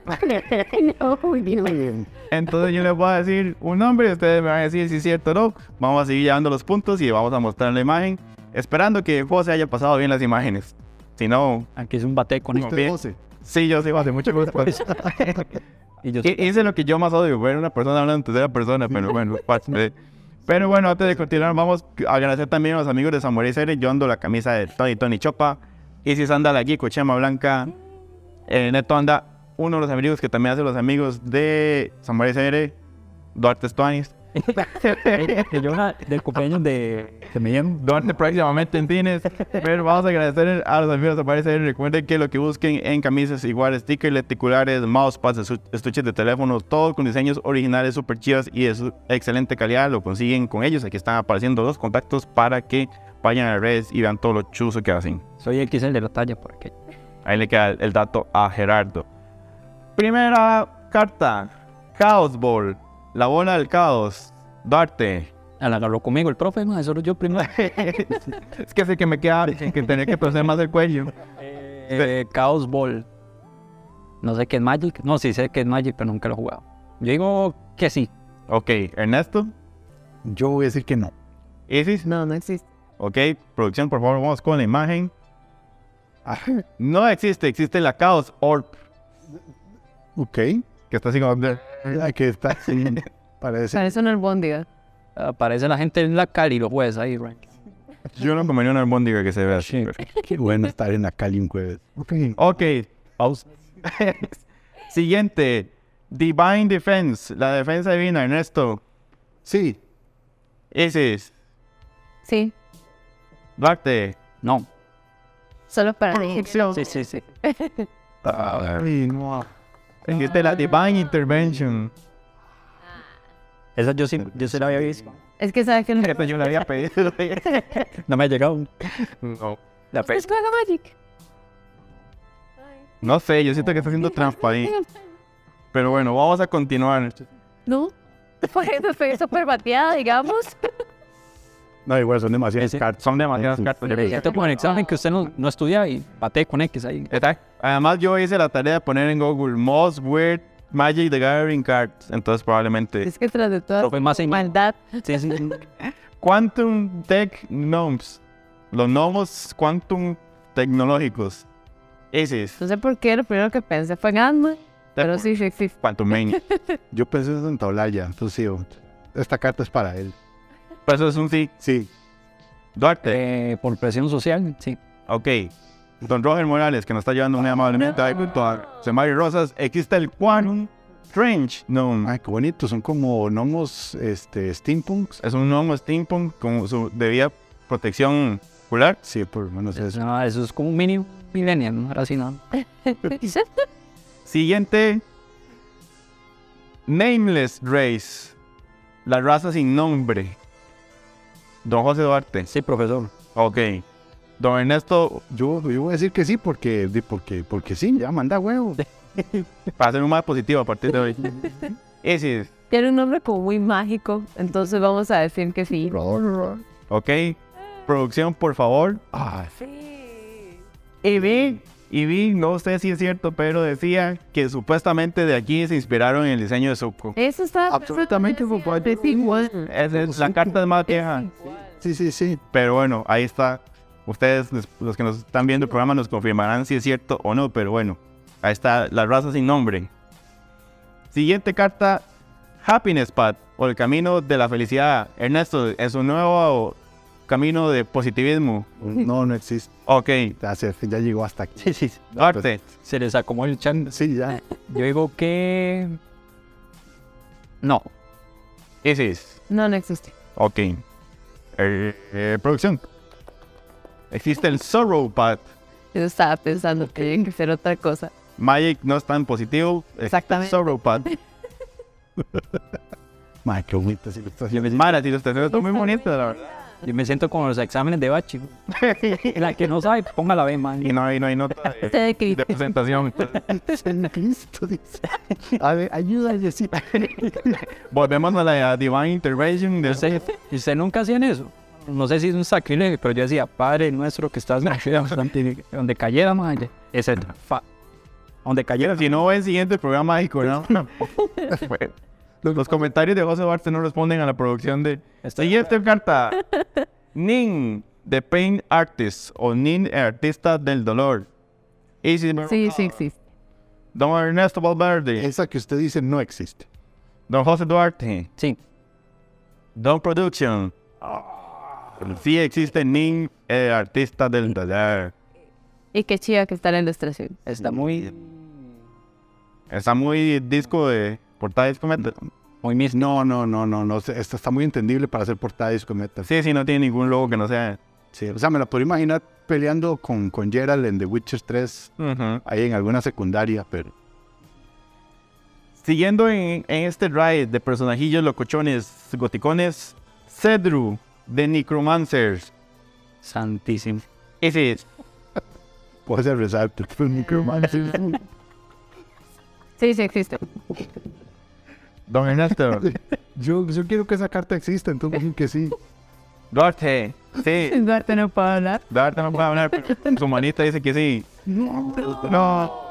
S2: Entonces yo les voy a decir un nombre y ustedes me van a decir si es cierto o no. Vamos a seguir llevando los puntos y vamos a mostrar la imagen, esperando que el juego se haya pasado bien las imágenes. Si no,
S5: Aquí es un bate con esto.
S2: Usted es sí, yo sigo hace mucho gusto.
S5: Y yo
S2: Y- Hice lo que yo más odio, ver una persona hablando en tercera persona, pero bueno, parte de- Pero bueno, antes de continuar, vamos a agradecer también a los amigos de Samurai Series. Yo ando la camisa de Tony Tony Chopa. Isis anda la Gico Chema Blanca. eh, Neto anda uno de los amigos que también hace los amigos de Samurai Series, Duarte Stuanis.
S5: que yo una- del cumpleaños de, de mi yerno.
S2: Duarte próximamente en cines. Pero vamos a agradecer a los amigos de aparecer. Recuerden que lo que busquen en camisas igual, stickers, reticulares, mousepads, estu- estuches de teléfono, todo con diseños originales, super chivas y de su excelente calidad, lo consiguen con ellos. Aquí están apareciendo los contactos para que vayan a las redes y vean todo lo chuzo que hacen.
S5: Soy XL de la talla por aquí.
S2: Ahí le queda el, el dato a Gerardo. Primera carta: Chaos Ball, la bola del caos. Duarte.
S5: Ah, La agarró conmigo el profe, ma, eso era yo primero.
S2: Es que es el que me queda, que tenía que torcer más el cuello.
S5: Eh, Chaos Ball. No sé qué es Magic. No, sí sé qué es Magic, pero nunca lo he jugado. Yo digo que sí.
S2: Ok, Ernesto.
S4: Yo voy a decir que no.
S2: Isis.
S3: no, no existe.
S2: Ok, producción, por favor, vamos con la imagen. Ah, No existe, existe la Chaos Orb,
S4: Ok.
S2: que está así como...
S4: Hay que estar sin. Parece.
S3: Parece una albóndiga.
S5: Aparece la gente en la Cali, los jueces ahí, right?
S2: Yo no comería una albóndiga que se vea así.
S4: Qué bueno estar en la Cali un jueves. Ok.
S2: Ok, pausa. Siguiente, Divine Defense, la defensa divina, Ernesto.
S4: Sí.
S2: Isis,
S3: Sí,
S2: Duarte.
S5: No.
S3: solo
S2: Ah,
S3: para
S5: Sí, sí, sí.
S4: Ay, no.
S2: Existe la Divine Intervention.
S5: Esa yo sí, yo sí la había visto.
S3: Es que sabes que no.
S2: Esta pues yo la había pedido.
S5: No me ha llegado.
S2: no.
S5: La pe-
S3: ¿Ustedes juegan Magic?
S2: no sé, yo siento que está haciendo trampa ahí. Pero bueno, vamos a continuar.
S3: No. Por eso estoy súper bateada, digamos.
S4: No, igual son demasiadas
S5: Ese-
S4: cartas.
S2: Son demasiadas cartas. yo creo.
S5: Esto es "Este como un examen que usted no, no estudia y bate con X ahí.
S2: Está- Además, yo hice la tarea de poner en Google Most Weird Magic the Gathering Cards. Entonces, probablemente.
S3: Es que tras de toda
S5: Lo fue más en-
S3: maldad.
S5: Sí, sí.
S2: Quantum Tech Gnomes. Los gnomos quantum tecnológicos. Ese es.
S3: No sé por qué, lo primero que pensé fue en Ant-Man, pero sí, sí existe.
S2: Quantum Mania.
S4: Yo pensé en Tablaya. Entonces, sí, o- esta carta es para él.
S2: Pero eso es un sí.
S4: Sí.
S2: Duarte.
S5: Eh, por presión social, sí.
S2: Ok. Don Roger Morales, que nos está llevando muy amablemente a Ecuador. Mario Rosas. Existe el Quantum Trench Gnome.
S5: Mm.
S4: Ay, qué bonito. Son como gnomos este, steampunks.
S2: Es un gnomo steampunk con su debida protección ocular.
S4: Sí, por lo menos es.
S5: No, eso es como un mini millennial, ¿no? Ahora sí, no.
S2: Siguiente. Nameless Race. La raza sin nombre. Don José Duarte.
S5: Sí, profesor.
S2: Ok. Don Ernesto,
S4: Yo, yo voy a decir que sí porque, di- porque, porque sí, ya manda huevo.
S2: para ser un más positivo a partir de hoy. Ese es.
S3: Tiene un nombre como muy mágico, entonces vamos a decir que sí.
S2: Ok. Producción, por favor.
S4: Ah,
S2: Y vi, y vi, no sé si es cierto, pero decía que supuestamente de aquí se inspiraron en el diseño de
S6: Eh.
S2: Zuko.
S3: Eso está
S4: Absolutamente, papá.
S3: Es igual.
S2: Esa es la carta de más vieja.
S4: sí, sí, sí.
S2: Pero bueno, ahí está. Ustedes, los- los que nos están viendo el programa, nos confirmarán si es cierto o no. Pero bueno, ahí está la raza sin nombre. Siguiente carta: Happiness Path o el camino de la felicidad. Ernesto, es un nuevo camino de positivismo.
S4: No, no existe.
S2: Ok,
S4: Gracias, ya llegó hasta aquí.
S5: Sí, sí.
S2: Duarte.
S5: Se les acomodó el chan.
S4: Sí, ya.
S5: Yo digo que. No.
S2: This is.
S3: No, no existe.
S2: Ok. Eh, eh, producción. Existe el Sorrow Path.
S3: Yo estaba pensando que tenía que ser otra cosa.
S2: Magic no es tan positivo. existe el
S3: Exactamente.
S2: Sorrow Path.
S4: Madre, qué bonita esa ilustración.
S2: Mara, las ilustraciones están muy bonitas, la verdad.
S5: Yo me siento como los exámenes de bachi. La que no sabe, póngala B, man.
S2: Y no hay, no hay nota de,
S3: Ustedes que
S2: de presentación.
S4: Cristo, dice. A ver, ayuda, Jessica.
S2: Volvemos a la Divine Intervention. De
S5: Yo sé, y usted nunca hacían eso. No sé si es un sacrilegio, pero yo decía, Padre nuestro que estás en el cielo", donde- donde cayera, man, etcétera. Fa- Donde cayera,
S2: Si no, el siguiente programa de Corona. Bueno, los, los comentarios de José Duarte no responden a la producción de. Siguiente carta. Nin, The Pain Artist, o Nin, el artista del dolor. Easy
S3: Sí, sí existe.
S2: Don Ernesto Valverde.
S4: Esa que usted dice no existe.
S2: Don José Duarte.
S5: Sí.
S2: Don Production. Sí existe Nin, el artista del dolor.
S3: Y qué chiva que está la ilustración.
S5: Está muy,
S2: Está muy disco de. Portada de disco metal.
S5: muy místico.
S4: No, no, no, no, no. se- Esta está muy entendible para hacer portada de disco metal.
S2: Sí, sí, no tiene ningún logo que no sea.
S4: Sí, o sea, me la puedo imaginar peleando con, con Gerald en The Witcher 3,
S2: Ujú.
S4: ahí en alguna secundaria, pero
S2: Siguiendo en, en este ride de personajillos locochones, goticones, Cedru de Necromancers.
S5: Santísimo.
S2: Ese es.
S4: puede ser resalto. pues,
S3: Sí, sí existe.
S2: Don Ernesto.
S4: Yo, yo quiero que esa carta exista, entonces dicen que sí.
S2: Duarte. Sí.
S3: Duarte no puedo hablar.
S2: Duarte no puede hablar, pero su manita dice que sí. No.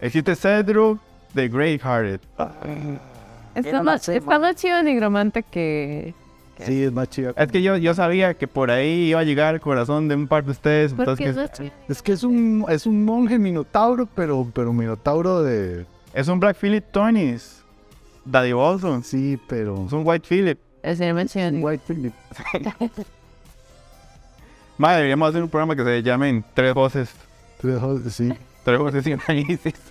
S2: Existe Cedru de Greyhearted.
S3: Está más, está más chido el nigromante que...
S4: Sí, es más chido.
S2: Es que yo, yo sabía que por ahí iba a llegar el corazón de un par de ustedes.
S3: ¿Por
S2: Entonces
S3: qué
S2: que
S3: es más
S2: es,
S3: chido?
S4: Es que es un, es un monje minotauro, pero, pero minotauro de...
S2: es un Black Phillip Tonis. Dadivoso.
S4: Sí, pero...
S2: Es un White Phillip.
S3: Es el más chido.
S4: White Phillip.
S2: Madre, deberíamos hacer un programa que se llamen Tres Voces.
S4: Tres ojos, Sí.
S2: Tres Voces y análisis.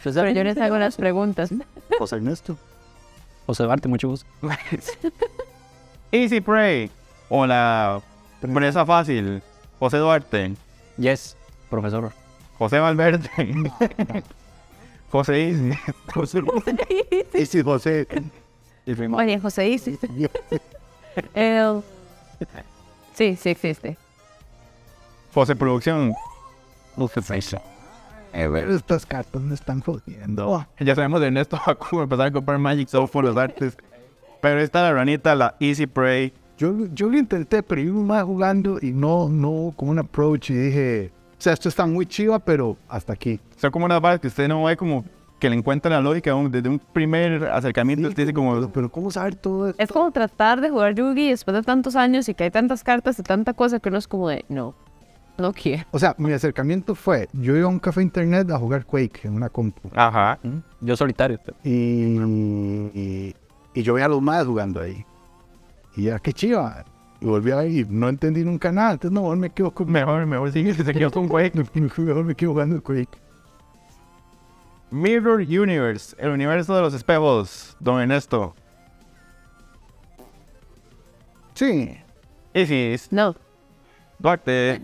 S6: Pues,
S5: Usted
S3: Pero
S5: sabe,
S3: yo les hago las preguntas.
S4: José Ernesto.
S5: José Duarte, mucho gusto.
S2: Easy Prey. O la presa fácil. José Duarte.
S5: Yes, profesor.
S2: José Valverde. José Easy. José
S4: Y si José...
S3: Oye, José dice. El- Sí, sí existe.
S2: José Producción.
S4: Pero estas cartas me están jodiendo.
S2: Ya sabemos de Ernesto Bakú empezar a comprar Magic Soul por los artes. Pero está la ranita, la Easy Prey.
S4: Yo, yo lo intenté, pero iba más jugando y no, no, como un approach y dije, o sea, esto está muy chiva, pero hasta aquí.
S2: Son como unas barras que usted no ve como que le encuentra la lógica un- desde un primer acercamiento. usted dice como,
S4: Pero ¿cómo saber todo esto?
S3: Es como tratar de jugar Yugi después de tantos años y que hay tantas cartas y tanta cosa que uno es como de, no, no quiero.
S4: O sea, mi acercamiento fue, yo iba a un café internet a jugar Quake en una compu
S2: ajá.
S5: Yo solitario.
S4: y, y, y yo veía a los más jugando ahí. Y ya, qué chiva. Y volví a ver y no entendí nunca nada. Entonces, no, mejor me quedo con...
S2: Mejor, mejor sigue, se quedó con güey.
S4: Mejor me quedo jugando Quake.
S2: Mirror Universe, el universo de los espejos. Don Ernesto.
S4: Sí.
S2: Easy
S3: No,
S2: Duarte.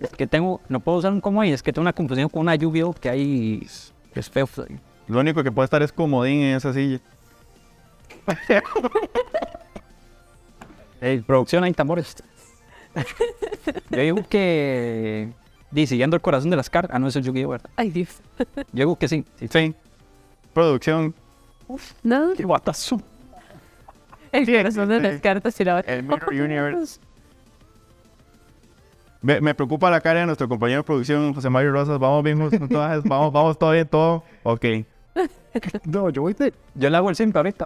S5: Es que tengo, no puedo usar un como ahí, es que tengo una confusión con una lluvia que hay. Es feo.
S2: Lo único que puede estar es comodín en esa silla.
S5: Eh, producción hay tambores. Yo digo que. Di, siguiendo el corazón de las cartas. Ah, no, eso es Yu-Gi-Oh, ¿verdad?
S3: ay Dios.
S5: Yo digo que sí. sí.
S2: Sí. Producción.
S3: No,
S5: Qué guatazo.
S3: el
S2: Sí
S3: corazón de
S2: existe.
S3: las cartas y la
S2: El Mirror Universe. Me, me preocupa la cara de nuestro compañero de producción, José Mario Rosas. Vamos bien, juntos, todas, vamos, vamos, todo bien, todo. Ok.
S4: No, yo voy de...
S5: Yo le hago el simple ahorita.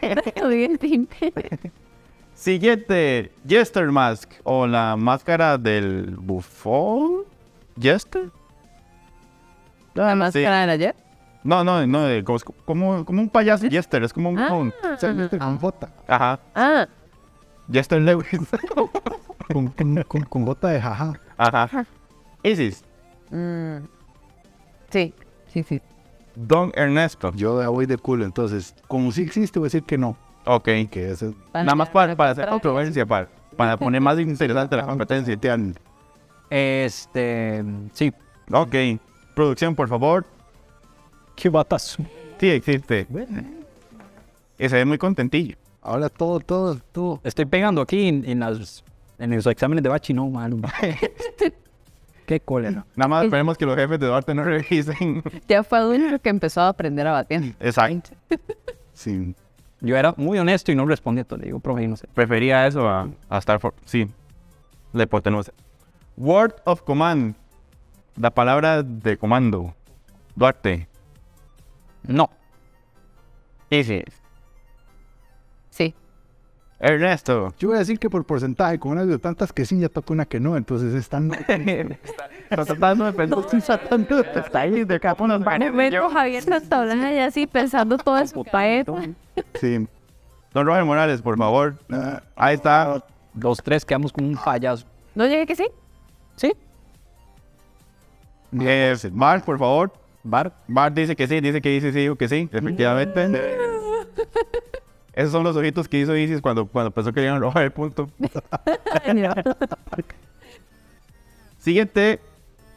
S3: El timbre.
S2: Siguiente, Jester Mask, o la máscara del bufón. ¿Jester?
S3: La máscara de ayer.
S2: No, no, no, eh, como, como, como un payaso. Jester, es como un. un-
S4: O sea, Mr. con J.
S2: ajá.
S3: Ah,
S2: Jester Lewis.
S4: Con, con, con, con J de jaja.
S2: ajá. Isis.
S3: mm, sí, sí, sí.
S2: Don Ernesto.
S4: Yo ya voy de culo, entonces, como sí existe, voy a decir que no.
S2: Ok.
S4: Que ese es
S2: Nada más para, para hacer controversia, para, para poner más interesante la competencia.
S4: Cristian.
S5: Este. Sí.
S2: Ok. Producción, por favor.
S5: Qué batazo.
S2: Sí, existe. Y se ve muy contentillo.
S4: Ahora todo, todo, todo.
S5: Estoy pegando aquí en, en las, en los exámenes de bachi, no, mano. Qué cólera.
S2: Nada más esperemos que los jefes de Duarte no revisen.
S3: Ya fue adulto que empezó a aprender a batear.
S2: Exacto.
S4: Sí.
S5: Yo era muy honesto y no respondía a todo. Le digo, profe, no sé.
S2: Prefería eso a, a Star Fox. Sí. Le sé. Word of command. La palabra de comando. Duarte.
S5: No.
S2: Ese.
S3: Sí.
S2: Ernesto.
S4: Yo voy a decir que por porcentaje, con una de tantas que sí, ya toca una que no, entonces está no.
S2: Está tratando de pensar. Estoy tratando de ahí de acá por los
S3: Meto Javier nos está hablando ya así pensando todo en su paeta.
S4: Sí.
S2: Don Roger Morales, por favor. Ahí está.
S5: Los tres quedamos como un payaso.
S3: ¿No llegué que sí?
S5: ¿Sí?
S2: Eh, Mark, por favor.
S5: Bar.
S2: Bart dice que sí, dice que dice sí o que sí, efectivamente. Esos son los ojitos que hizo Isis cuando, cuando pensó que le iban a robar el punto. Siguiente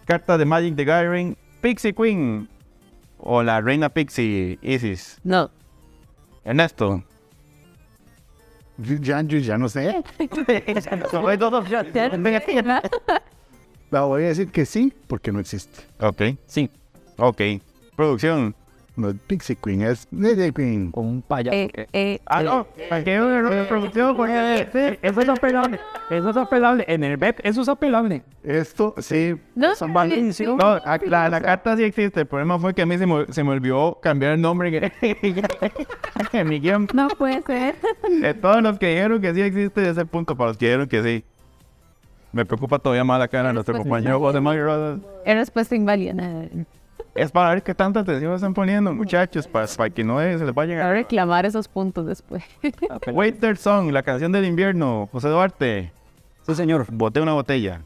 S2: carta de Magic the Gathering, Pixie Queen. O la reina Pixie, Isis.
S3: No.
S2: Ernesto.
S4: Yo Ya, yo ya no sé. La voy a decir que sí, porque no existe.
S2: Ok,
S5: Sí.
S2: ok. Producción.
S4: No es Pixie Queen, es Lady Queen.
S5: Como un payaso.
S3: Eh, eh,
S2: Ah, no.
S5: ¿Qué producción? eh, Eso es apelable. Eso es apelable. En el web, eso es apelable.
S4: Esto, sí.
S3: no.
S4: Son
S2: No, a- la, la carta sí existe. El problema fue que a mí se me, se me olvidó cambiar el nombre en el- en mi guión.
S3: No puede ser.
S2: De todos los que dijeron que sí existe ese punto, para los que dijeron que sí. Me preocupa todavía más la cara de
S5: Pues
S2: nuestro compañero José Mario Rosas.
S3: Es respuesta inválida.
S2: Es para ver qué tanta atención están poniendo, muchachos, para, para que no se les
S3: A
S2: vaya a
S3: reclamar esos puntos después.
S5: Ah,
S2: Waiter Song, la canción del invierno, José Duarte.
S5: Sí, este señor.
S2: Boté una botella.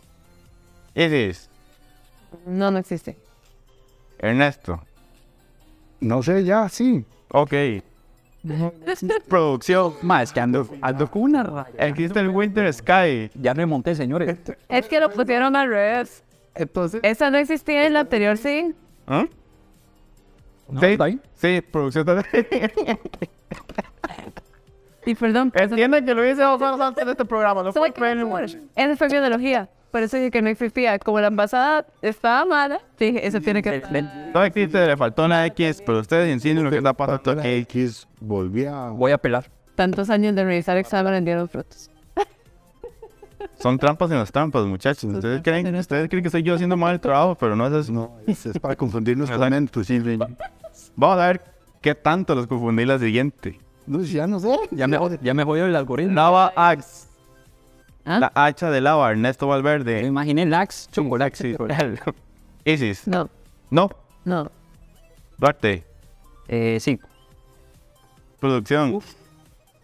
S2: Ese es
S3: No, no existe.
S2: Ernesto.
S4: No sé, ya, sí.
S2: Ok. Producción.
S5: Más que ando, ando con una raya.
S2: Existe el Winter Sky.
S5: Ya me monté, señores.
S4: Este,
S3: Es que lo pusieron al revés.
S2: Entonces.
S3: Esa no existía en la anterior, sí.
S2: ¿Ah?
S5: No,
S2: sí,
S5: está bien.
S2: sí, producción.
S3: Y perdón.
S2: Entienden que lo hice dos horas antes de este programa. No
S3: Soy
S2: fue el-
S3: Esa fue biología. Por eso dije que no existía. Como la pasada estaba mala, dije, eso tiene que
S2: No existe, le faltó una X, pero ustedes entienden lo que está pasando
S4: La
S2: aquí.
S4: X volvía.
S5: Voy a pelar.
S3: Tantos años de revisar exámenes dieron frutos.
S2: Son trampas en las trampas, muchachos. Ustedes creen, ustedes creen que soy yo haciendo mal el trabajo, pero no es eso.
S4: No, es, es para confundirnos
S2: Exacto.
S4: con mentes. sí, sí.
S2: Vamos a ver qué tanto los confundí la siguiente.
S4: No, ya no sé.
S5: Ya me, jode- ya me jodió el algoritmo.
S2: Lava Axe.
S3: ¿Ah?
S2: La hacha de lava, Ernesto
S5: Me
S2: Valverde.
S5: imaginé lax, chocolate.
S2: Sí.
S5: pero-
S2: Isis.
S3: No,
S2: No.
S3: no.
S2: Duarte.
S5: Eh, sí.
S2: Producción.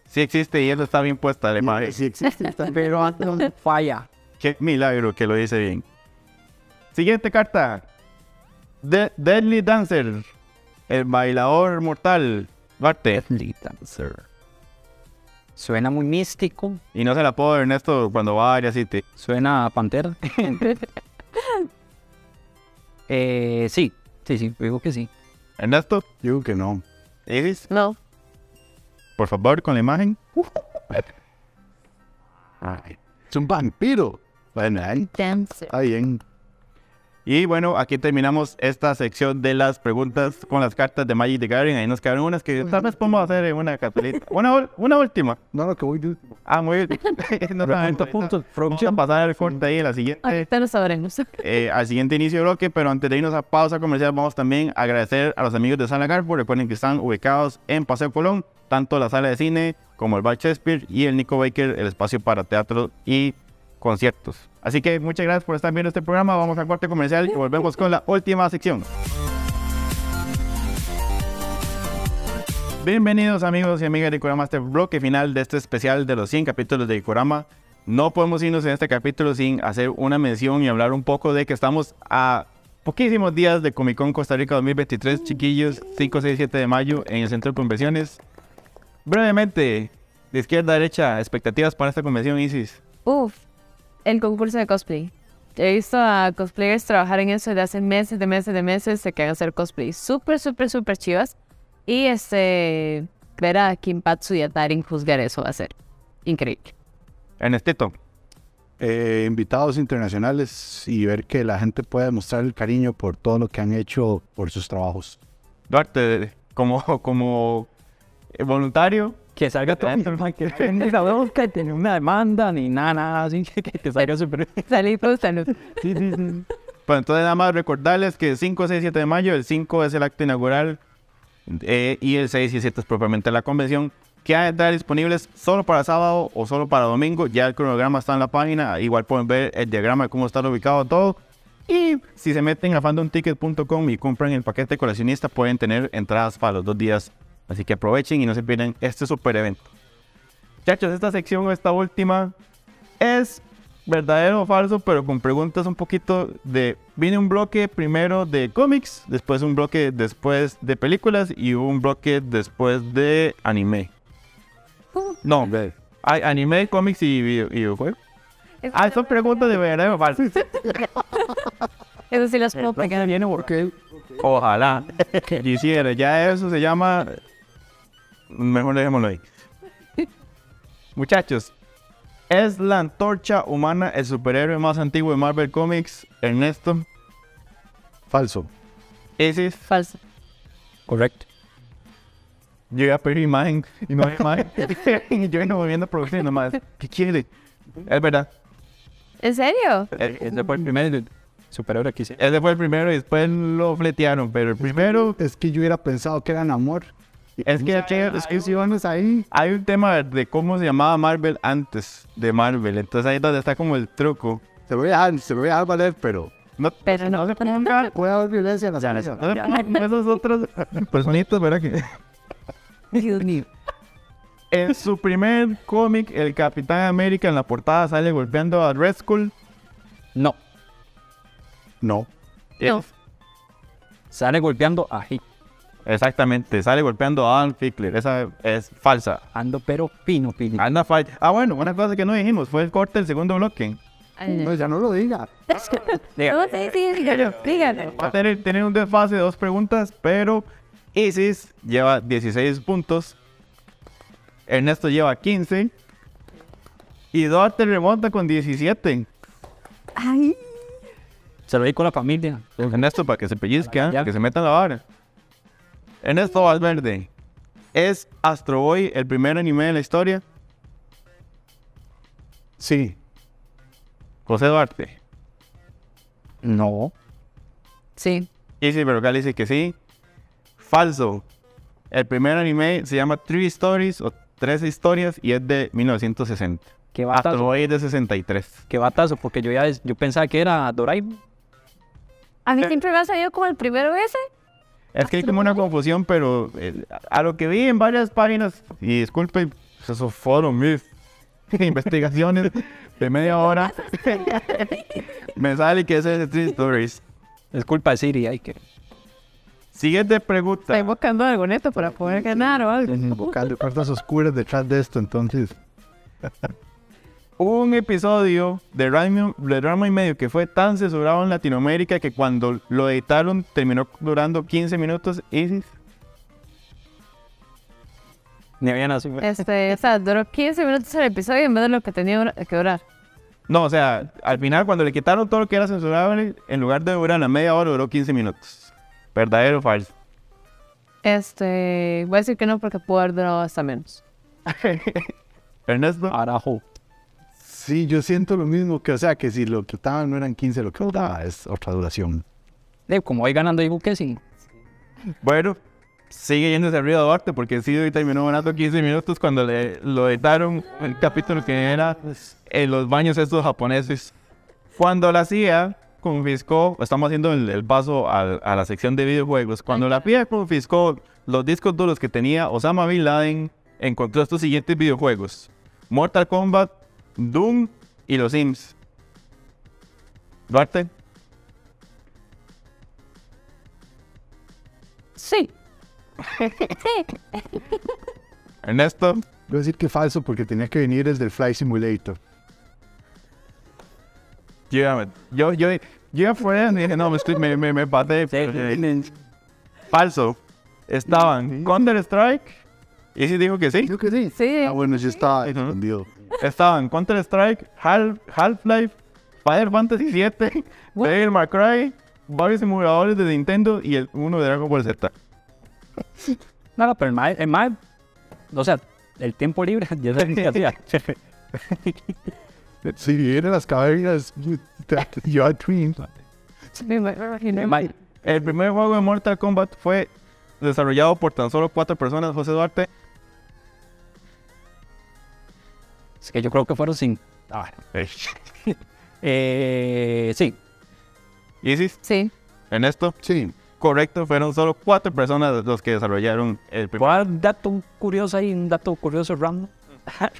S2: Sí existe y eso está bien puesta, le
S4: No,
S2: madre.
S4: Sí existe. está-
S5: Pero ando en falla.
S2: Qué milagro que lo dice bien. Siguiente carta. De Deadly Dancer. El bailador mortal. Duarte.
S5: Deathly Dancer. Suena muy místico.
S2: Y no se la puedo ver, Ernesto cuando va a Area City.
S5: Suena a pantera. eh, sí. Sí, sí. Digo que sí.
S2: Ernesto,
S4: Digo que no.
S2: Iris,
S3: No,
S2: por favor, con la imagen.
S4: Es un vampiro. Bueno, ahí está bien.
S2: Y bueno, aquí terminamos esta sección de las preguntas con las cartas de Magic the Gathering. Ahí nos quedaron unas que tal vez podemos hacer en una cartelita. Una, ul- una última.
S4: No, lo que voy de último.
S2: Ah, muy bien. no tanto puntos. Vamos a pasar el corte ahí, a la siguiente.
S3: ahorita lo sabremos.
S2: eh, al siguiente inicio de bloque, pero antes de irnos a pausa comercial, vamos también a agradecer a los amigos de Sala Carpo. Recuerden que están ubicados en Paseo Colón, tanto la sala de cine como el Bar Shakespeare y el Nico Baker, el espacio para teatro y conciertos. Así que muchas gracias por estar viendo este programa. Vamos al corte comercial y volvemos con la última sección. Bienvenidos amigos y amigas de Kurama a este bloque final de este especial de los 100 capítulos de Kurama. No podemos irnos en este capítulo sin hacer una mención y hablar un poco de que estamos a Poquísimos días de Comic Con Costa Rica 2023, chiquillos, 5, 6, 7 de mayo en el Centro de Convenciones. Brevemente, de izquierda a derecha, expectativas para esta convención, Isis.
S3: Uf, el concurso de cosplay. He visto a cosplayers trabajar en eso desde hace meses, de meses, de meses. Se quedan a hacer cosplay súper, súper, súper chivas. Y este, ver a Kimpatsu y a Tarin juzgar eso va a ser increíble.
S2: Ernestito,
S4: eh, invitados internacionales y ver que la gente puede demostrar el cariño por todo lo que han hecho por sus trabajos.
S2: Duarte, como, como voluntario,
S5: Que salga todo. ma, que la boca, tiene una demanda, ni nada, nada, así que, que salga súper.
S3: Salud, pues, salud.
S5: Sí, sí, sí.
S2: Bueno, entonces nada más recordarles que 5, 6, 7 de mayo, el 5 es el acto inaugural eh, y el 6 y 7 es propiamente la convención, que van a estar disponibles solo para sábado o solo para domingo. Ya el cronograma está en la página, igual pueden ver el diagrama de cómo está ubicado todo. Y si se meten a fandomticket.com y compran el paquete coleccionista, pueden tener entradas para los dos días. Así que aprovechen y no se pierdan este super evento. Chachos, esta sección, esta última, es verdadero o falso, pero con preguntas un poquito de... Viene un bloque primero de cómics, después un bloque después de películas y un bloque después de anime. No, ve, hay anime, cómics y video- videojuegos. Ah, son preguntas de verdadero o falso.
S3: Eso sí las puedo
S5: Porque
S3: pegar.
S5: viene porque
S2: Ojalá. Quisiera, ya eso se llama... Mejor dejémoslo ahí. Muchachos, ¿es la antorcha humana el superhéroe más antiguo de Marvel Comics? Ernesto,
S4: Falso.
S2: ese es...
S3: Falso.
S5: Correcto.
S2: Yo iba a pedir imagen y no había imagen. y yo no viendo producción nomás. ¿Qué quiere? Eh, Es verdad.
S3: ¿En serio?
S5: Ese fue el primer superhéroe que hice.
S2: Ese fue el primero y después lo fletearon. Pero el primero
S4: Es que yo hubiera pensado que eran amor.
S2: es que hay,
S4: vamos ahí.
S2: hay un tema de cómo se llamaba Marvel antes de Marvel. Entonces ahí es donde está como el truco.
S4: Se voy a dejar, se voy a dejar valer, pero
S2: No,
S3: Pero no.
S2: no se pongan.
S4: puede haber violencia en las
S2: No
S4: calles.
S2: se pongan con esos otros personitos, ¿verdad? Que...
S3: Dios mío.
S2: En su primer cómic, el Capitán América en la portada sale golpeando a Red Skull.
S5: No,
S4: No.
S2: Eh.
S3: No.
S5: sale golpeando a Hit.
S2: Exactamente, sale golpeando a Adam Fickler. Esa es falsa.
S5: Ando pero pino, pino.
S2: Anda fal- Ah, bueno, una cosa que no dijimos fue el corte del segundo bloque.
S3: Ay,
S4: No,
S3: no.
S4: ya no lo diga.
S3: No, sí, sí, dígalo, dígalo.
S2: Va a tener, tener un desfase de dos preguntas, pero Isis lleva 16 puntos. Ernesto lleva 15. Y Duarte remonta con 17.
S3: Ay,
S5: Se lo di con la familia.
S2: Ernesto, para que se pellizca,
S5: Ya.
S2: que se meta en la vara. Ernesto Valverde. ¿Es Astro Boy el primer anime de la historia?
S4: Sí.
S2: José Duarte.
S5: No.
S3: sí.
S2: Isis Berrocal dice que sí. Falso. El primer anime se llama Three Stories o Tres Historias y es de 1960.
S5: Qué
S2: Astro
S5: batazo.
S2: Boy es de 63.
S5: Qué batazo, porque yo ya es- yo pensaba que era Doraemon.
S3: A mí siempre me ha salido como el primero ese.
S2: Es que hay como una confusión, pero eh, a lo que vi en varias páginas, y pues, disculpen, esos fueron mis investigaciones de media hora, me sale que ese es de Three Stories.
S5: Es culpa de Siri, ay que.
S2: Siguiente pregunta.
S3: Estoy buscando algo neto para poder ganar o algo.
S4: Vocal de puertas oscuras detrás de esto, entonces.
S2: Hubo un episodio de Rama, de Rama y Medio que fue tan censurado en Latinoamérica que cuando lo editaron terminó durando 15 minutos. Y
S5: Ni había nacido.
S3: Este, o sea, duró 15 minutos el episodio en vez de lo que tenía dura- que durar.
S2: No, o sea, al final cuando le quitaron todo lo que era censurable, en lugar de durar la media hora, duró 15 minutos. ¿Verdadero o falso?
S3: Este, voy a decir que no porque pudo haber durado hasta menos.
S2: Ernesto.
S5: Arajo.
S4: Sí, yo siento lo mismo que, o sea, que si lo que quitaban no eran 15, lo que quitaba es otra duración.
S5: Eh, Como voy ganando, digo que sí.
S2: Bueno, sigue yéndose arriba Duarte porque sí hoy terminó ganando 15 minutos cuando le, lo editaron el capítulo que era pues, en los baños estos japoneses. Cuando la CIA confiscó, estamos haciendo el, el paso al- a, la sección de videojuegos, cuando la CIA confiscó los discos duros que tenía Osama Bin Laden, encontró estos siguientes videojuegos. Mortal Kombat, Doom y los Sims. Duarte,
S6: Sí.
S2: Ernesto,
S4: Voy a decir que falso porque tenía que venir desde el Fly Simulator.
S2: yo iba, a- yo, yo, yo iba por él y dije, no, me, estoy, me, me, me pasé. Falso. Estaban Counter Strike. Y sí dijo que sí.
S4: Yo que sí.
S3: Sí.
S4: Ah, bueno, sí estaba
S2: Ujú.
S4: escondido.
S2: Estaban Counter Strike, Half- Half-Life, Final Fantasy VII,
S6: What?
S2: Devil May Cry, varios simuladores de Nintendo y el uno de Dragon Ball Z.
S5: No, no, pero el mae, el mae, o sea, el tiempo libre, ya sabía qué hacía.
S4: Si viviera en las cavernas, yo a Dream.
S3: Me me imagino.
S5: El mae,
S2: El primer juego de Mortal Kombat fue desarrollado por tan solo cuatro personas, José Duarte.
S5: es que yo creo que fueron sin. Ah, bueno. Eh, sí,
S2: Isis,
S3: Sí.
S2: Ernesto,
S4: Sí.
S2: correcto, fueron solo cuatro personas los que desarrollaron el primer.
S5: ¿Cuál dato curioso ahí? Un dato curioso random.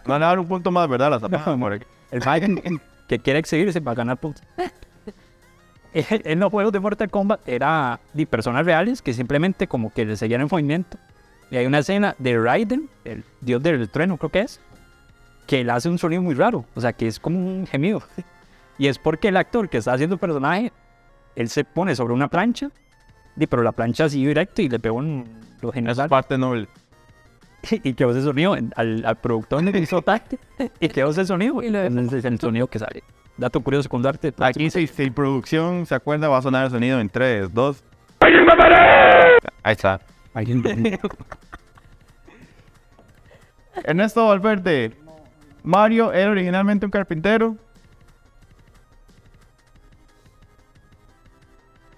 S2: No le dan un punto más, ¿verdad? Las zapatas, more.
S5: El Mike que quiere exhibirse para ganar puntos. Eh, En los juegos de Mortal Kombat era de personas reales que simplemente como que le seguían el movimiento. Y hay una escena de Raiden, el dios del trueno creo que es, que él hace un sonido muy raro, o sea que es como un gemido. Y es porque el actor que está haciendo el personaje, él se pone sobre una plancha, di, pero la plancha así directo y le pegó en los
S2: Esa es
S5: genitales
S2: parte noble.
S5: y quedó ese sonido en- al, al productor le hizo tacte y quedó ese sonido y entonces es el sonido que sale dato curioso con darte
S2: Aquí, si, si producción se acuerda, va a sonar el sonido en 3, 2. Ahí está. Ernesto Valverde. Mario era originalmente un carpintero.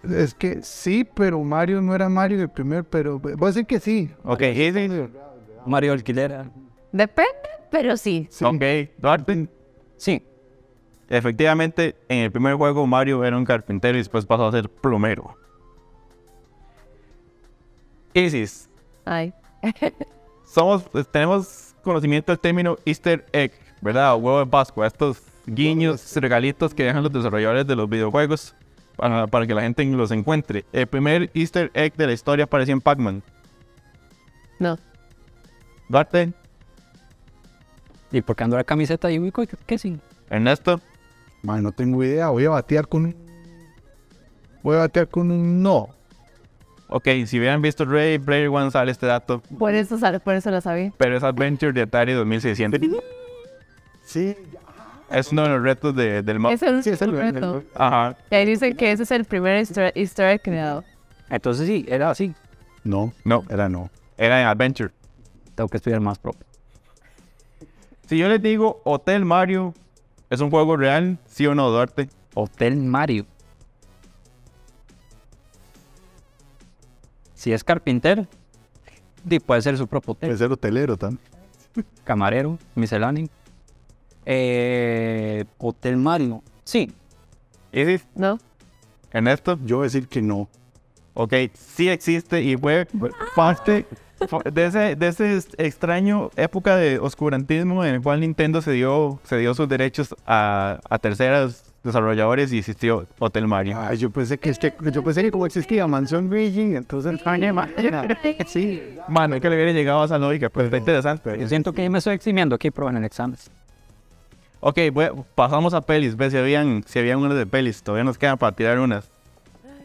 S4: Es que sí, pero Mario no era Mario en el primer, pero voy a decir que sí.
S2: Ok, Isis.
S5: Mario ah, Alquilera
S3: Depende, pero sí.
S4: Sí.
S2: Ok, Duarte.
S5: sí
S2: Efectivamente, en el primer juego Mario era un carpintero y después pasó a ser plomero. Isis,
S3: Ay.
S2: somos, pues, tenemos conocimiento del término Easter egg, ¿verdad? O huevo de Pascua, estos guiños, regalitos que dejan los desarrolladores de los videojuegos para, para que la gente los encuentre. El primer Easter egg de la historia apareció en Pac-Man.
S3: No.
S2: Duarte,
S5: y porque ando la camiseta y ubico que, que sí
S2: Ernesto,
S4: Man, no tengo idea. Voy a batear con un. Voy a batear con un no.
S2: ok, si hubieran visto Ray Player One sale este dato,
S3: Por eso, sal- por eso lo sabía.
S2: pero es Adventure de Atari 2600.
S4: Sí,
S2: Es uno de los retos de- del mapa.
S3: Ese es
S4: sí, es el
S3: un reto.
S2: Ajá.
S3: Y ahí dice que ese es el primer easter easter egg que me ha dado.
S5: entonces sí era así
S4: No,
S2: No,
S4: era no.
S2: era en Adventure.
S5: tengo que estudiar más propio
S2: Si yo les digo Hotel Mario, ¿es un juego real? ¿Sí o no, Duarte?
S5: Hotel Mario si es carpintero di, puede ser su propio hotel
S4: Puede ser hotelero también.
S5: camarero misceláneo Eh, Hotel Mario sí
S2: Isis,
S3: ¿No?
S2: Ernesto.
S4: Yo voy a decir que no.
S2: Ok, sí existe y fue parte fue de ese, de ese es- extraño época de oscurantismo en el cual Nintendo se dio, se dio sus derechos a, a terceros desarrolladores y existió Hotel Mario.
S4: Ay, yo pensé que, este- yo pensé que como existía Mansión Beijing, entonces no hay manera. Sí.
S2: Mano, es que le hubiera llegado a esa lógica, pero está interesante.
S5: yo siento que me estoy eximiendo aquí pero en el examen
S2: Ok, voy- pasamos a pelis. Ve si habían, si habían unas de pelis. Todavía nos quedan para tirar unas.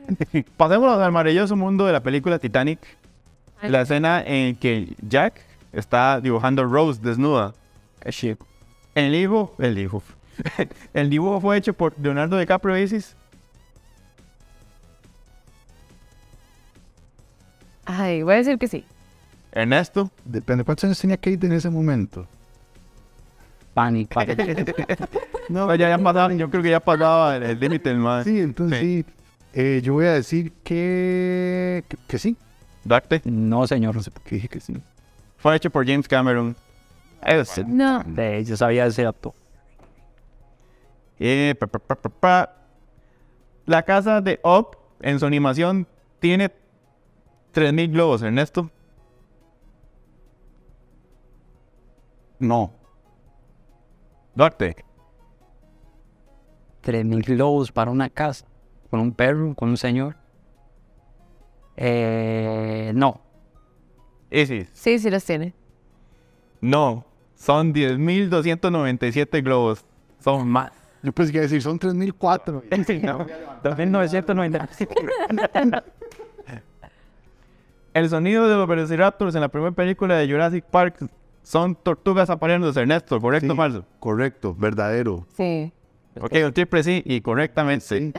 S2: Pasemos al maravilloso mundo de la película Titanic. La escena en que Jack está dibujando a Rose desnuda. El dibujo, el dibujo. el dibujo fue hecho por Leonardo DiCaprio Isis.
S3: Ay, voy a decir que sí.
S2: Ernesto.
S4: Depende cuántos años tenía Kate en ese momento.
S5: Pani, pani.
S2: No, Pues ya, ya pasaron, yo creo que ya pasaba el- el límite, el más.
S4: Sí, entonces sí. Eh, yo voy a decir que, que, que sí.
S2: Duarte.
S5: No, señor.
S4: Que dije que sí.
S2: Fue hecho por James Cameron. Es-
S3: No.
S5: De- yo sabía ese dato.
S2: Eh, pa, pa, pa, pa, pa. La casa de Up en su animación tiene 3000 globos, Ernesto.
S4: No.
S2: Duarte.
S5: 3000 globos para una casa. Con un perro, con un señor. Eh, no.
S2: Isis.
S3: Sí, sí los tiene.
S2: No. Son 10.297 globos. Son más.
S4: Yo pensé que iba a decir, son 3004.
S5: No, 2.990.
S2: El sonido de los velociraptors en la primera película de Jurassic Park son tortugas apareándose. Ernesto, ¿correcto o
S4: Sí.
S2: falso?
S4: Correcto, verdadero.
S3: Sí.
S2: Ok, el triple sí y correctamente. Sí.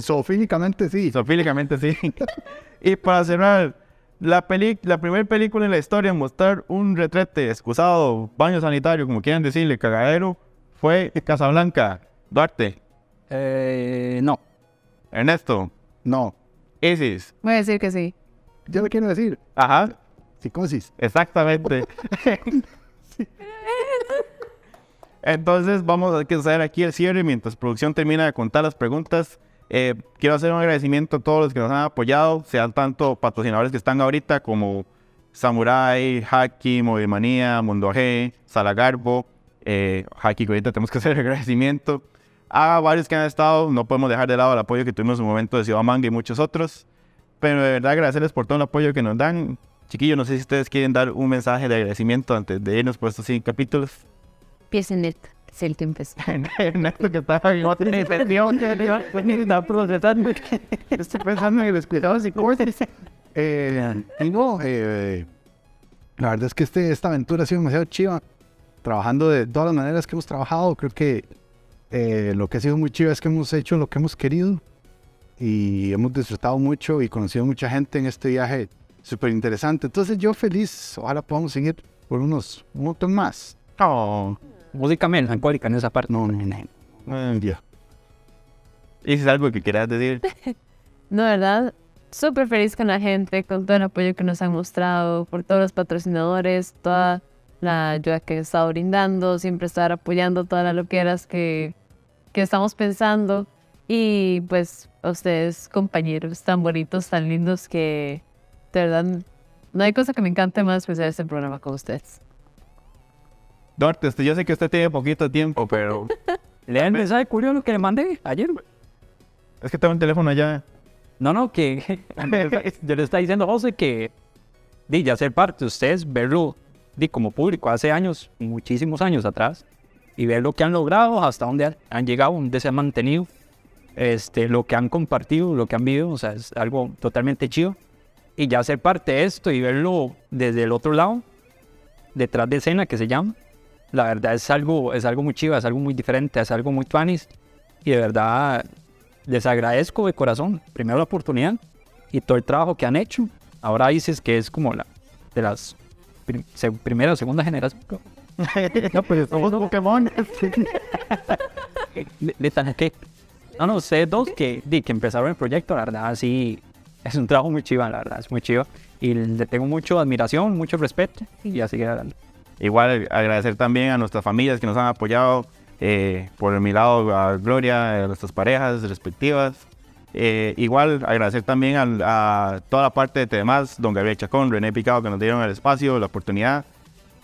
S4: Zoofílicamente sí.
S2: Isofílicamente sí. y para cerrar, la, peli la primera película en la historia en mostrar un retrete, excusado, baño sanitario, como quieran decirle, cagadero, fue Casablanca. Duarte,
S5: Eh, no.
S2: Ernesto,
S4: No.
S2: Isis.
S3: Voy a decir que sí.
S4: Yo lo quiero decir.
S2: Ajá,
S4: Psicosis.
S2: exactamente. Entonces vamos a hacer aquí el cierre mientras producción termina de contar las preguntas. Eh, quiero hacer un agradecimiento a todos los que nos han apoyado, sean tanto patrocinadores que están ahorita como Samurai, Haki, Movimanía, Mundo G, Salagarbo, eh, Haki que ahorita tenemos que hacer agradecimiento a varios que han estado, no podemos dejar de lado el apoyo que tuvimos en un momento de Ciudad Manga y muchos otros, pero de verdad agradecerles por todo el apoyo que nos dan. Chiquillos, no sé si ustedes quieren dar un mensaje de agradecimiento antes de irnos por estos 100 capítulos.
S6: Pies en el es el que empezó.
S2: Ernesto que estaba en otra dimensión, que iba a venir a procesar. Estoy pensando en los cuidados y cortes.
S4: Eh, y no, eh, la verdad es que este, esta aventura ha sido demasiado chiva. Trabajando de todas las maneras que hemos trabajado, creo que eh, lo que ha sido muy chiva es que hemos hecho lo que hemos querido y hemos disfrutado mucho y conocido mucha gente en este viaje súper interesante. Entonces yo feliz, ojalá podamos seguir por unos un montón más.
S2: No.
S5: Música melancólica en esa parte.
S4: No, no, no.
S2: Ay, Dios. ¿Y si es algo que quieras decir?
S3: No, ¿verdad? Súper feliz con la gente, con todo el apoyo que nos han mostrado, por todos los patrocinadores, toda la ayuda que he estado brindando, siempre estar apoyando todas las loqueras que, que estamos pensando. Y pues a ustedes, compañeros tan bonitos, tan lindos, que de verdad no hay cosa que me encante más que hacer este programa con ustedes.
S2: Duarte, usted- yo sé que usted tiene poquito tiempo, pero...
S5: Lea el mensaje curioso que le mandé ayer. güey.
S2: Es que tengo el teléfono allá.
S5: No, no, que yo le estaba diciendo a José que di, ya ser parte de ustedes, verlo di, como público hace años, muchísimos años atrás, y ver lo que han logrado, hasta dónde han, han llegado, dónde se han mantenido, este, lo que han compartido, lo que han vivido, o sea, es algo totalmente chido. Y ya ser parte de esto y verlo desde el otro lado, detrás de escena que se llama, la verdad es algo, es algo muy chido, es algo muy diferente, es algo muy fanis. Y de verdad les agradezco de corazón, primero la oportunidad y todo el trabajo que han hecho. Ahora dices que es como la de las prim- se- primera o segunda generación.
S2: No, pues somos Pokémon.
S5: de- de tan- que- No, no, ustedes dos que, di, que empezaron el proyecto, la verdad, sí, es un trabajo muy chiva, la verdad, es muy chiva. Y le tengo mucha admiración, mucho respeto y así adelante.
S2: Igual agradecer también a nuestras familias que nos han apoyado. eh, por mi lado, a Gloria, a nuestras parejas respectivas. Eh, igual agradecer también al- a, toda la parte de demás, don Gabriel Chacón, René Picado, que nos dieron el espacio, la oportunidad.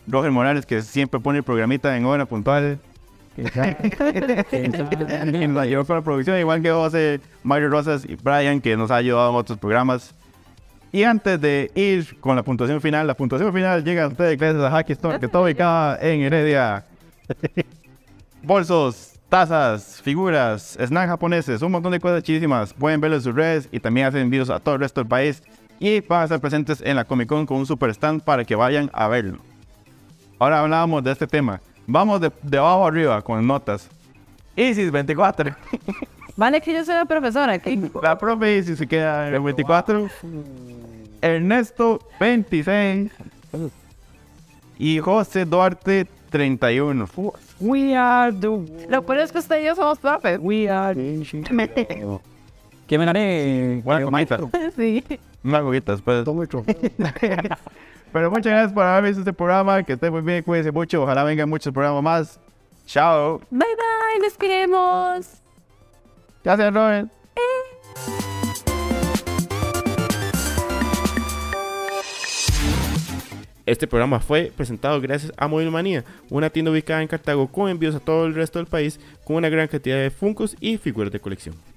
S2: Roger Morales, que siempre pone el programita en hora puntual. Y nos ayudó con la producción, igual que José, Mario Rosas y Brian, que nos ha ayudado en otros programas. Y antes de ir con la puntuación final, la puntuación final llega a ustedes gracias a Hacky Store, que está ubicada en Heredia. Bolsos, tazas, figuras, snacks japoneses, un montón de cosas chidísimas. Pueden verlo en sus redes y también hacen envíos a todo el resto del país. Y van a estar presentes en la Comic Con con un super stand para que vayan a verlo. Ahora hablábamos de este tema. Vamos de, de abajo arriba con notas. Isis 24.
S3: Vale, que yo soy la profesora. que-
S2: La profe Isis se queda en el 24. Ernesto 26. Y José Duarte 31.
S5: We are the
S3: Lo peor es que usted y yo somos profes.
S5: We are. ¿Qué me daré?
S2: Buena comida.
S3: Sí.
S2: Una coquita después.
S4: Tomo el trofeo.
S2: Pero muchas gracias por haber visto este programa. Que estén muy bien. Cuídense mucho. Ojalá vengan muchos programas más. Chao.
S3: Bye bye, les queremos.
S2: Gracias, Robert.
S1: Este programa fue presentado gracias a Movilmanía, una tienda ubicada en Cartago con envíos a todo el resto del país con una gran cantidad de funcos y figuras de colección.